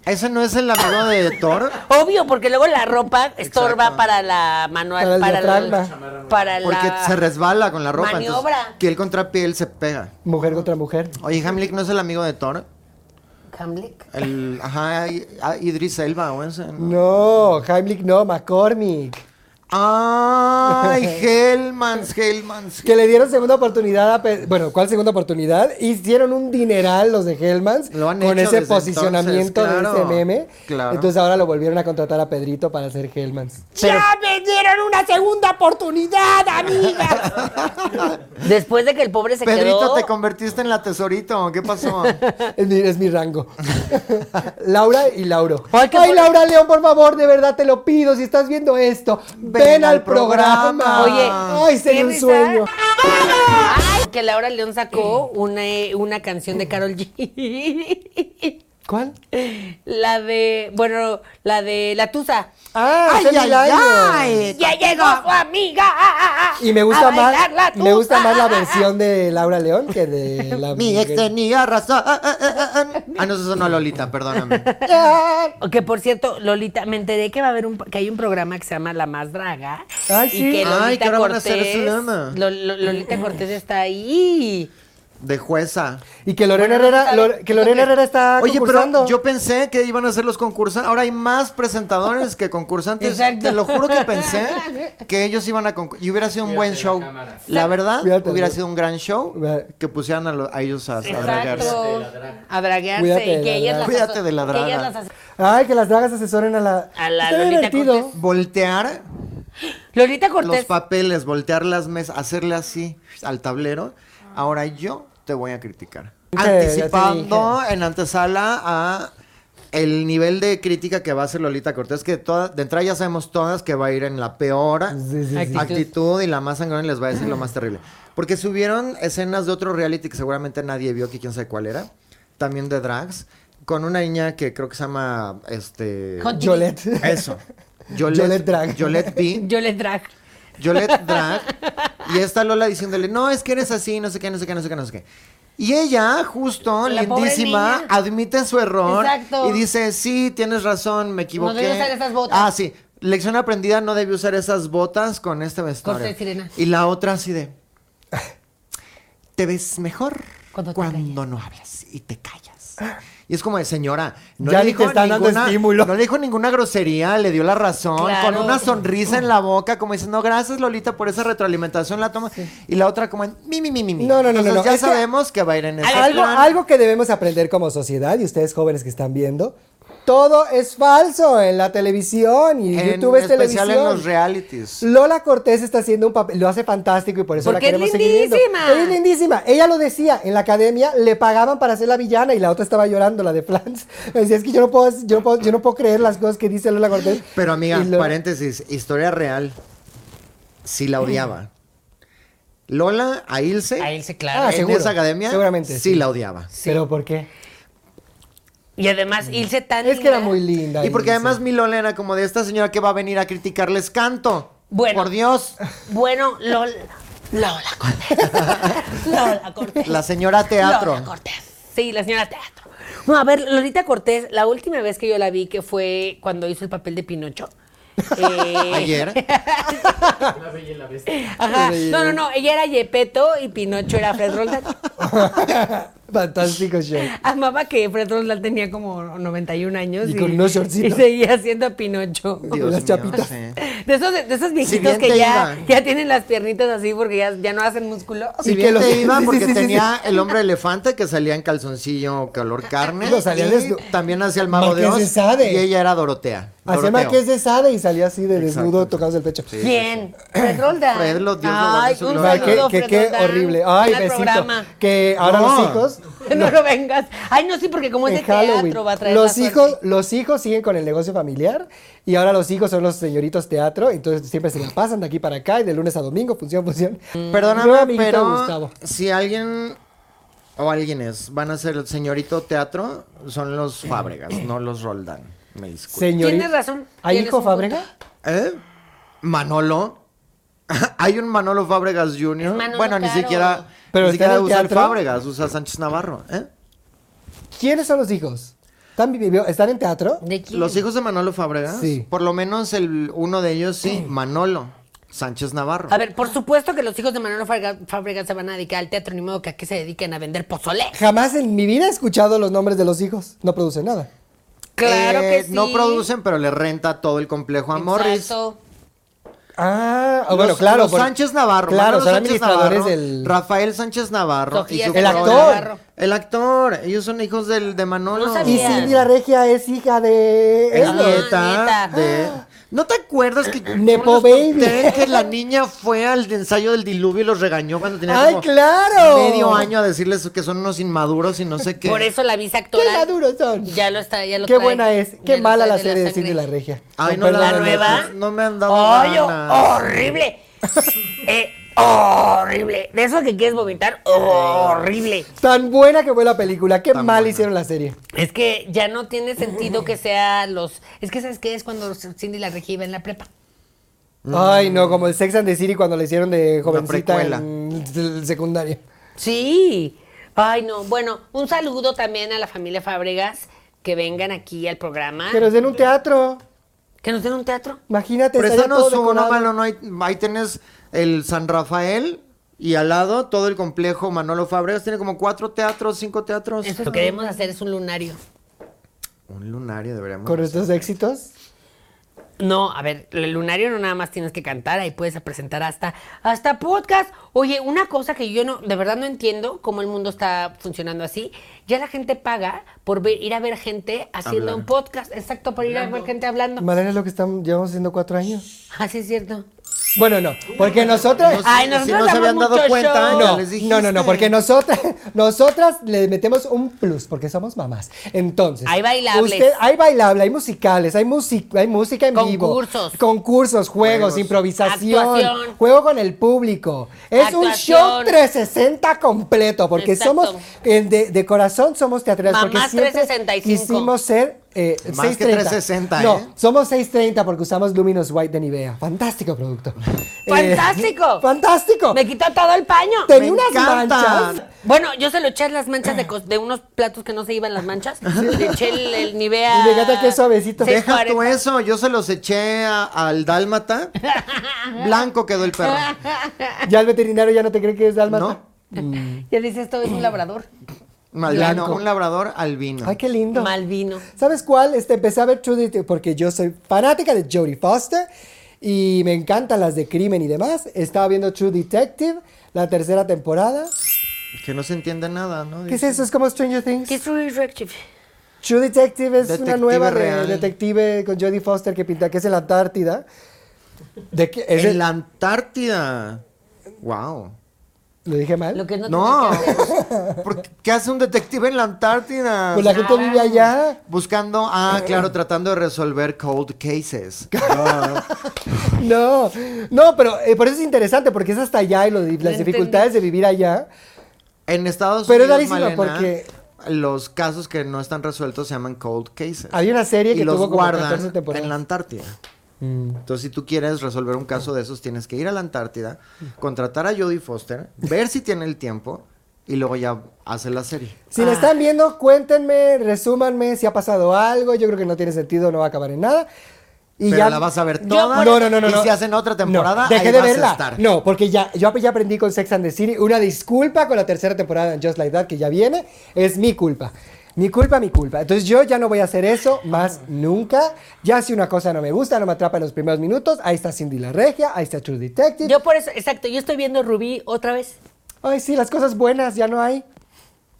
S3: ¿Ese no es el amigo de Thor?
S1: Obvio, porque luego la ropa estorba para la manual.
S2: Para el
S1: Para, la-
S2: diafragma.
S1: para la.
S3: Porque se resbala con la ropa.
S1: Maniobra.
S3: Entonces, piel contra piel se pega.
S2: Mujer contra mujer.
S3: Oye, Hamlick no es el amigo de Thor.
S1: Hamlet.
S3: El, ajá, I- ah, Idris Elba o ese. ¿no?
S2: No, Heimlich no, McCormick.
S1: <laughs>
S3: Ay, Hellmans, Hellmans.
S2: Que le dieron segunda oportunidad a... Pe- Bueno, ¿cuál segunda oportunidad? Hicieron un dineral los de Hellmans
S3: Lo han
S2: con
S3: hecho
S2: ese
S3: desde
S2: posicionamiento
S3: entonces,
S2: de
S3: claro,
S2: ese meme.
S3: claro.
S2: Entonces ahora lo volvieron a contratar a Pedrito para hacer Hellmans.
S1: ¡Ya me dieron una segunda oportunidad, amiga! <laughs> Después de que el pobre se
S3: Pedrito,
S1: quedó...
S3: te convertiste en la tesorito.
S1: <laughs>
S3: ¿Qué pasó?
S2: <laughs> Es mi, es mi rango. <laughs> Laura y Lauro.
S1: Ay,
S2: Ay,
S1: qué bueno.
S2: Laura León, por favor, de verdad te lo pido. Si estás viendo esto, ven,
S3: Ven al
S2: al programa.
S3: programa. Oye,
S2: ay,
S1: qué
S2: sería un
S1: risa.
S2: sueño.
S1: Que Laura León sacó una, eh, una canción de Carol G. <laughs>
S2: ¿Cuál?
S1: La de, bueno, la de La Tusa.
S2: Ah,
S8: Ay,
S2: Sammy
S8: ay,
S2: Dayo.
S8: ay.
S1: Ya llegó su amiga.
S2: Y me gusta
S1: a bailar
S2: más,
S1: la
S2: me gusta
S1: tusa. <laughs>
S2: más la versión de Laura León que de la
S8: Mi ex tenía razón.
S3: Ah, no, eso no Lolita, perdóname.
S1: Que por cierto, Lolita, me enteré que va a haber un que hay un programa que se llama La Más Draga.
S2: Ay, sí.
S1: Y que Lolita
S3: Ay, que ahora van a hacer
S1: Cortés.
S3: ese drama.
S1: Lo- lo- Lolita Cortés está ahí.
S3: De jueza.
S2: Y que Lorena
S1: Bueno,
S2: Herrera,
S1: no sabe.
S2: Lore- que Lorena Herrera está
S3: Eh, Oye,
S2: concursando.
S3: pero yo pensé que iban a ser los concursantes. Ahora hay más presentadores que concursantes.
S1: Exacto.
S3: Te lo juro que
S1: <laughs>
S3: pensé que ellos iban a concursar. Y hubiera sido un buen show. La verdad,
S2: Fíjate,
S3: hubiera
S2: yo-
S3: sido un gran show
S2: Ve-
S3: que pusieran a, lo- a ellos a, a dragarse.
S1: Exacto. A draguearse.
S2: Cuídate de
S1: y
S2: la
S1: que ellas
S2: draga.
S1: las
S3: Cuídate
S1: aso-
S3: de la
S1: que
S3: draga.
S1: ellas las as-
S2: Ay, que las dragas asesoren a la.
S1: A la
S2: Está
S1: Lolita
S2: divertido.
S1: Cortés.
S3: Voltear
S1: Lolita
S3: los
S1: Cortés.
S3: papeles, voltear las mesas, hacerle así al tablero. Ahora yo te voy a criticar.
S2: Sí, ya te
S3: Anticipando en antesala a el nivel de crítica que va a hacer Lolita Cortés, que toda- de entrada ya sabemos todas que va a ir en la peor
S2: Sí, sí, sí.
S3: actitud. y la más sangrona y les va a decir lo más terrible. Porque subieron escenas de otro reality que seguramente nadie vio, que quién sabe cuál era, también de drags, con una niña que creo que se llama, este...
S1: Hot
S2: Yolette. <laughs>
S3: Eso.
S2: Yolette Drag.
S3: Yolette B.
S1: Yo les drag.
S3: Yolette Drag. Y está Lola diciéndole, no, es que eres así, no sé qué, no sé qué, no sé qué, no sé qué. Y ella, justo,
S1: La pobre
S3: lindísima,
S1: niña.
S3: admite su error
S1: Exacto.
S3: y dice, sí, tienes razón, me equivoqué.
S1: debí usar esas botas.
S3: Ah, sí. Lección aprendida, no debí usar esas botas con este vestuario.
S1: Corte de sirena.
S3: Y la otra así de, te ves mejor
S1: Cuando
S3: cuando,
S1: te callas.
S3: no hablas y te callas. Y es como de, señora, no
S2: Ya
S3: le
S2: ni
S3: dijo
S2: te están dando
S3: ninguna-
S2: estímulo.
S3: No le dijo ninguna grosería, le dio la razón,
S1: Claro.
S3: con una sonrisa en la boca, como diciendo, gracias Lolita por esa retroalimentación, la toma. Y la otra como, en, mi, mi, mi, mi. mi".
S2: No, no, no,
S3: Entonces,
S2: no,
S3: Ya
S2: es que-
S3: sabemos que... va a ir en ese
S2: Algo,
S3: plan.
S2: algo que debemos aprender como sociedad y ustedes jóvenes que están viendo. Todo es falso en la televisión y
S3: En
S2: YouTube es
S3: especial
S2: televisión.
S3: en los realities.
S2: Lola Cortés está haciendo un papel, lo hace fantástico y por eso
S1: Porque
S2: la
S1: es
S2: queremos seguir viendo.
S1: lindísima.
S2: Ella es lindísima. Ella lo decía, en la academia le pagaban para ser la villana y la otra estaba llorando, la de Flans. <laughs> Decía, es que yo no puedo, yo no puedo, yo no puedo creer las cosas que dice Lola Cortés.
S3: Pero amiga,
S2: Y Lola-
S3: paréntesis, historia real. Sí la odiaba. Lola a Ilse,
S1: A Ilse,
S2: Ah,
S1: claro.
S3: en
S2: seguro,
S3: esa academia,
S2: seguramente,
S3: sí
S2: sí.
S3: la odiaba.
S2: ¿Pero por qué?
S1: Y además,
S3: Mm.
S1: Ilse tan
S2: Es que era
S1: linda.
S2: muy linda.
S3: Y porque
S2: dice.
S3: además mi Lola era como de esta señora que va a venir a criticarles canto.
S1: Bueno.
S3: Por Dios.
S1: Bueno, Lol... Lola
S3: <laughs>
S1: Cortés. Lola Cortés. <laughs>
S3: La señora teatro.
S1: Lola Cortés. Sí, la señora teatro. No, a ver, Lolita Cortés, la última vez que yo la vi, que fue cuando hizo el papel de Pinocho. eh, <laughs>
S3: Ayer.
S1: Ajá. No, no, no. Ella era Yepeto y Pinocho era Fred Roldán. <laughs>
S2: <laughs> Fantástico show.
S1: Amaba que Fred Roldán tenía como 91 años.
S2: Y con unos
S1: Y
S2: shortcitos.
S1: seguía siendo a Pinocho.
S3: Dios
S2: Las
S3: mío,
S2: chapitas.
S3: sí.
S1: De esos, de esos viejitos
S3: bien
S1: que
S3: te
S1: ya,
S3: iba.
S1: ya tienen las piernitas así porque ya, ya no hacen músculo.
S3: Si
S2: Y que
S3: bien
S2: los-
S3: te iba
S2: sí,
S3: porque
S2: sí, sí, sí.
S3: tenía el hombre elefante que salía en calzoncillo color carne.
S2: Lo salía
S3: y
S2: desnu-
S3: también hacía el mago de
S2: Marqués de
S3: Oz.
S2: Sade.
S3: Y ella era Dorotea.
S2: Hacía
S3: Doroteo.
S2: Marqués de Sade y salía así de desnudo,
S3: Exacto.
S2: tocándose el pecho.
S1: ¿Quién? <clears throat> Fred Roldán.
S3: Fred, lo- Dios lo guarde
S1: Ay,
S3: en su
S1: un
S3: gloria.
S2: Ay,
S1: saludo,
S2: que- que-
S1: Fred
S2: qué
S1: Roldán.
S2: horrible. Ay,
S1: Al
S2: besito.
S1: programa.
S2: Que ahora
S3: No.
S2: los hijos
S1: <laughs> No lo vengas. Ay, no, sí, porque como es de
S2: en Halloween.
S1: teatro va a traer
S2: los
S1: más suerte.
S2: hijos, los hijos siguen con el negocio familiar y ahora los hijos son los señoritos teatro, entonces siempre se la pasan de aquí para acá y de lunes a domingo, función, función.
S3: Mm. Perdóname,
S2: No, amiguito
S3: pero
S2: Gustavo.
S3: si alguien o alguien es, van a ser el señorito teatro, son los Fábregas, no los Roldán. Me disculpo.
S2: Señori-
S1: Tienes razón,
S2: ¿Hay
S1: tienes
S2: hijo
S1: un
S2: Fábrega?
S3: ¿Eh? Manolo. <laughs> Hay un Manolo Fábregas Jr.
S1: Manolo
S3: bueno, ni
S1: Caro.
S3: siquiera,
S2: Pero
S3: ni
S2: está en
S3: siquiera
S2: el
S3: usa el
S2: teatro.
S3: Fábregas, usa Sánchez Navarro. ¿eh?
S2: ¿Quiénes son los hijos? ¿Están, vivi- ¿Están en teatro?
S1: ¿De quién?
S3: Los hijos de Manolo Fábregas,
S2: Sí.
S3: por lo menos el uno de ellos sí, Manolo Sánchez Navarro.
S1: A ver, por supuesto que los hijos de Manolo Fábrega- Fábrega se van a dedicar al teatro, ni modo que a qué se dediquen a vender pozole.
S2: Jamás en mi vida he escuchado los nombres de los hijos. No producen nada.
S1: Claro
S3: Eh,
S1: que sí.
S3: No producen, pero le renta todo el complejo a Morris.
S1: Exacto.
S2: Ah, ah,
S3: Los-
S2: bueno, claro.
S3: Los
S2: por-
S3: Sánchez Navarro.
S2: Claro,
S3: Manolo
S2: son
S3: Sánchez
S2: administradores
S3: Navarro,
S2: del.
S3: Rafael Sánchez Navarro.
S1: Sofía
S3: su
S2: El
S3: prole.
S2: actor.
S1: Navarro.
S3: El actor. Ellos son hijos del, de Manolo.
S1: No sabía.
S2: Y
S1: Bien.
S2: Cindy la Regia es hija de.
S3: Es
S1: Ah,
S3: nieta,
S1: nieta.
S3: de... ¿No te acuerdas que yo
S2: <gasps> Nepo
S3: les conté
S2: baby.
S3: que la niña fue al ensayo del diluvio y los regañó cuando tenía
S2: ¡Ay,
S3: como
S2: claro!
S3: medio año a decirles que son unos inmaduros y no sé qué?
S1: Por eso la visa
S2: ¡Qué
S1: actoral.
S2: maduros son!
S1: Ya lo está, ya lo
S2: Qué
S1: trae.
S2: buena es,
S1: Ya
S2: qué
S1: lo
S2: mala
S1: trae
S2: la serie de
S1: sangre. Pues
S2: Cindy la Regia.
S3: Ay,
S2: Con
S3: no, la,
S2: perdón,
S1: nueva.
S3: No me han dado
S1: ¡Ay,
S3: ganas.
S1: horrible! Eh, horrible. De eso que quieres vomitar, horrible.
S2: Tan buena que fue la película. Qué
S3: Tan
S2: mal
S3: buena.
S2: hicieron la serie.
S1: Es que ya no tiene sentido que sea los. Es que sabes qué es cuando Cindy la Regia iba en la prepa.
S3: Mm.
S2: Ay, no, como el Sex and the City cuando le hicieron de jovencita
S3: precuela.
S2: en el secundaria.
S1: Sí. Ay, no. Bueno, un saludo también a la familia Fábregas que vengan aquí al programa.
S2: Pero es en un teatro.
S1: Que nos den un teatro.
S2: Imagínate,
S3: Pero
S2: estaría
S3: esa no
S2: todo
S3: es uno,
S2: decorado.
S3: mano, no hay, ahí tienes el San Rafael y al lado todo el complejo Manolo Fabregas. Tiene como cuatro teatros, cinco teatros.
S1: Eso es lo que debemos hacer es un lunario.
S3: Un lunario deberíamos.
S2: Con
S3: hacer.
S2: estos éxitos.
S1: No, a ver, el lunario no nada más tienes que cantar, ahí puedes presentar hasta, hasta podcast. Oye, una cosa que yo no, de verdad no entiendo cómo el mundo está funcionando así. Ya la gente paga por ver- ir a ver gente haciendo
S3: Hablar.
S1: un podcast, exacto, por ir a ver gente hablando.
S2: Madre es lo que estamos, llevamos haciendo cuatro años.
S1: Así es cierto.
S2: Bueno, no, porque nosotras...
S3: No sé,
S1: Ay,
S3: si
S1: nosotros
S3: no se
S1: damos
S3: habían dado
S1: mucho
S3: cuenta,
S1: show.
S3: ya
S2: No,
S3: les dijiste.
S2: no, no, no, porque nosotras, <laughs> nosotras le metemos un plus, porque somos mamás. Entonces,
S1: Hay bailables.
S2: hay bailable, hay musicales, hay, música, hay música en vivo.
S1: Concursos.
S2: Concursos, juegos,
S3: Juegos.
S2: improvisación,
S1: Actuación.
S2: juego con el público. Es un show
S1: Actuación.
S2: 360 completo, porque
S1: Exacto.
S2: somos, eh, de, de corazón somos teatrales. porque
S1: Mamás
S2: siempre
S1: 365.
S2: Quisimos ser. eh,
S3: Más que
S2: 630.
S3: 360,
S2: No,
S3: ¿eh?
S2: somos 630 porque usamos Luminous White de Nivea. Fantástico producto. Eh,
S1: ¡Fantástico!
S2: <laughs> ¡Fantástico!
S1: Me quitó todo el paño.
S2: Tenía
S3: Me
S2: unas
S3: encanta.
S2: manchas.
S1: Bueno, yo se lo eché a las manchas de, cos- de unos platos que no se iban las manchas. Le eché el, el Nivea.
S2: Y me encanta que es suavecito.
S1: seis
S3: Deja tú
S1: cuarenta.
S3: eso, yo se los eché a-
S1: <laughs>
S3: al dálmata. Blanco quedó el perro.
S2: Ya el veterinario ya no te cree que es Ah, dálmata.
S3: ¿No?
S1: Ya dices, esto es un labrador.
S3: Malvino,
S2: Blanco.
S3: un labrador albino.
S2: Ay, qué lindo.
S1: Malvino.
S2: ¿Sabes cuál? Este, empecé a ver True Detective porque yo soy fanática de Jodie Foster y me encantan las de crimen y demás. Estaba viendo True Detective, la tercera temporada.
S3: Que no se entiende nada, ¿no?
S2: ¿Qué es eso? ¿Es como Stranger Things?
S1: ¿Qué es Reactive?
S2: True Detective es una
S3: Detective
S2: nueva de-
S3: real.
S2: detective con Jodie Foster que pinta que es en la Antártida. ¿De qué? Es
S3: En
S2: el-
S3: la Antártida. Wow.
S2: ¿Lo dije mal?
S1: Lo que no,
S3: No.
S1: tiene que ver.
S3: <laughs> ¿Por qué- ¿Qué hace un detective en la Antártida?
S2: Pues la gente vive allá.
S3: Buscando, ah, claro, tratando de resolver cold
S2: <laughs>
S3: cases.
S2: Ah. No, no, pero eh, por eso es interesante porque es hasta allá y lo di- las
S1: entendí.
S2: dificultades de vivir allá.
S3: En Estados
S2: Pero es
S3: Unidos,
S2: rarísimo
S3: Malena,
S2: porque-
S3: los casos que no están resueltos se llaman cold cases.
S2: Había una serie que
S3: y los
S2: tuvo como
S3: guardan
S2: 14 temporadas. Mm.
S3: en la Antártida. Entonces, si tú quieres resolver un caso de esos, tienes que ir a la Antártida, contratar a Jodie Foster, ver si tiene el tiempo y luego ya hace la serie.
S2: Si la están viendo, cuéntenme, resúmanme si ha pasado algo. Yo creo que no tiene sentido, no va a acabar en nada. Y
S3: Pero
S2: ya
S3: la vas a ver
S2: Yo
S3: toda,
S2: por- No, no, no, no.
S3: y
S2: no.
S3: si hacen otra temporada,
S2: no, dejé
S3: ahí
S2: de
S3: vas a
S2: verla.
S3: estar.
S2: No, porque ya yo ya aprendí con Sex and the City. Una disculpa con la tercera temporada de Just Like That que ya viene, es mi culpa. Mi culpa, mi culpa. Entonces yo ya no voy a hacer eso más nunca. Ya si una cosa no me gusta, no me atrapa en los primeros minutos, ahí está Cindy la Regia, ahí está True Detective.
S1: Yo por eso, exacto, yo estoy viendo Rubí otra vez.
S2: Ay, sí, las cosas buenas ya no hay.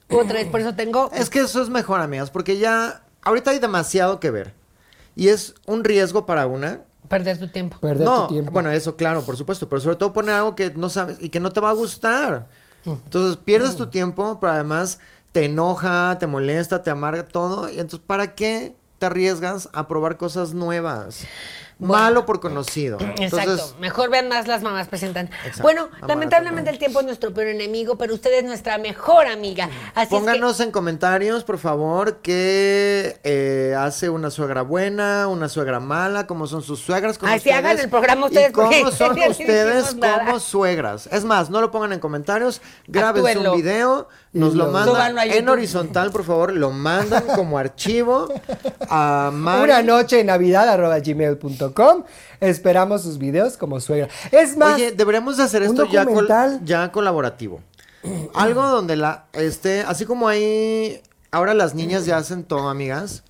S1: Otra vez, por eso
S2: <clears throat>
S1: tengo.
S3: Es que eso es mejor, amigas, porque ya ahorita hay demasiado que ver. Y es un riesgo para una.
S1: Perder tu tiempo.
S2: Perder
S3: no,
S2: tu tiempo.
S3: bueno, eso claro, por supuesto, pero sobre todo poner algo que no sabes y que no te va a gustar.
S2: Mm.
S3: Entonces pierdes tu tiempo, pero además te enoja, te molesta, te amarga todo. Y entonces, ¿para qué te arriesgas a probar cosas nuevas? Malo por conocido.
S1: Exacto,
S3: Entonces,
S1: mejor vean más las mamás presentan.
S3: Exacto,
S1: Bueno,
S3: mamá,
S1: lamentablemente
S3: mamá.
S1: el tiempo es nuestro peor enemigo, pero usted es nuestra mejor amiga. Así
S3: Pónganos
S1: es
S3: en comentarios, por favor, qué eh, hace una suegra buena, una suegra mala, cómo son sus suegras. con
S1: Así
S3: ustedes,
S1: hagan el programa
S3: y
S1: ustedes,
S3: ¿Cómo
S1: <laughs> porque
S3: son
S1: no
S3: ustedes
S1: dijimos nada.
S3: como suegras? Es más, no lo pongan en comentarios, grábense
S1: Actúenlo.
S3: un video, nos
S2: Y
S3: lo
S2: lo-
S3: mandan
S1: Súbanlo a
S3: en
S1: YouTube.
S3: horizontal, por favor, lo mandan como archivo
S1: <laughs>
S3: a Mari.
S2: Una noche en Navidad arroba gmail.com. Esperamos sus videos como suegra. Es más,
S3: Oye, deberíamos de hacer
S2: un
S3: esto ya, col-
S2: documental.
S3: ya colaborativo. <clears throat> Algo donde la, este, así como hay, ahora las niñas ya hacen todo, amigas,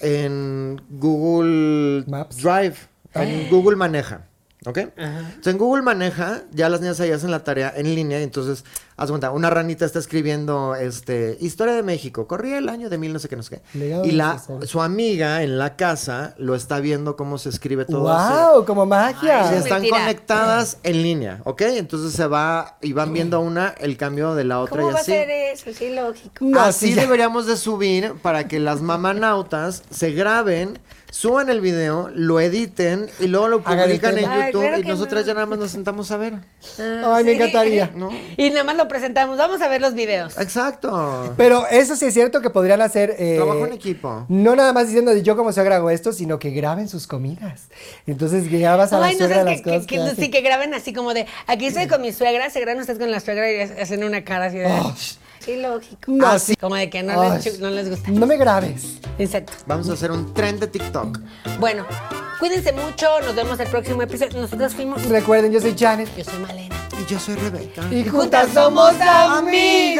S3: en Google
S2: Maps. Ah.
S3: Drive, en Google Maneja, ¿ok? Entonces en Google Maneja, ya las niñas ahí hacen la tarea en línea, y entonces haz cuenta, una ranita está escribiendo este, Historia de México, corría el año de mil no sé qué, no sé qué.
S2: Legado
S3: y
S2: de
S3: la,
S2: César.
S3: su amiga en la casa lo está viendo cómo se escribe todo así.
S2: ¡Wow! Como magia.
S3: Y
S1: Ay,
S3: están
S1: mentira.
S3: conectadas en línea, ¿ok? Entonces se va y van viendo una el cambio de la otra
S9: ¿Cómo
S3: y
S9: va a
S3: así.
S9: ser eso? Sí, lógico.
S2: No,
S3: así
S2: sí, ya.
S3: deberíamos de subir para que las mamanautas se graben, suban el video, lo editen y luego lo
S2: Hagan el
S3: publican en
S2: tema.
S9: Ay,
S3: YouTube
S9: claro
S3: y
S9: que
S3: nosotras
S9: no.
S3: ya nada más nos sentamos a ver,
S2: Ay, me encantaría.
S3: ¿no?
S1: Y nada más lo presentamos. Vamos a ver los videos.
S3: Exacto.
S2: Pero eso sí es cierto que podrían hacer. eh,
S3: Trabajo en equipo.
S2: No nada más diciendo de yo como suegra hago esto, sino que graben sus comidas. Entonces grabas a la
S1: Ay, no
S2: suegra
S1: sé,
S2: las
S1: que,
S2: cosas.
S1: que-
S2: que
S1: que-
S2: hace.
S1: sí, que graben así como de, aquí estoy con mi suegra, se graban ustedes con la suegra y ha- hacen una cara así de,
S2: Oh,
S9: Sí, lógico.
S2: no,
S1: así, como de que no les,
S2: Ay.
S1: chu- no les gusta.
S2: no me grabes.
S1: Exacto.
S3: Vamos a hacer un tren de TikTok.
S1: Bueno, cuídense mucho, nos vemos el próximo episodio. Nosotros fuimos,
S2: Recuerden, yo soy Janet.
S1: yo soy Malena.
S3: Y yo soy Rebeca.
S2: Y juntas somos amigas.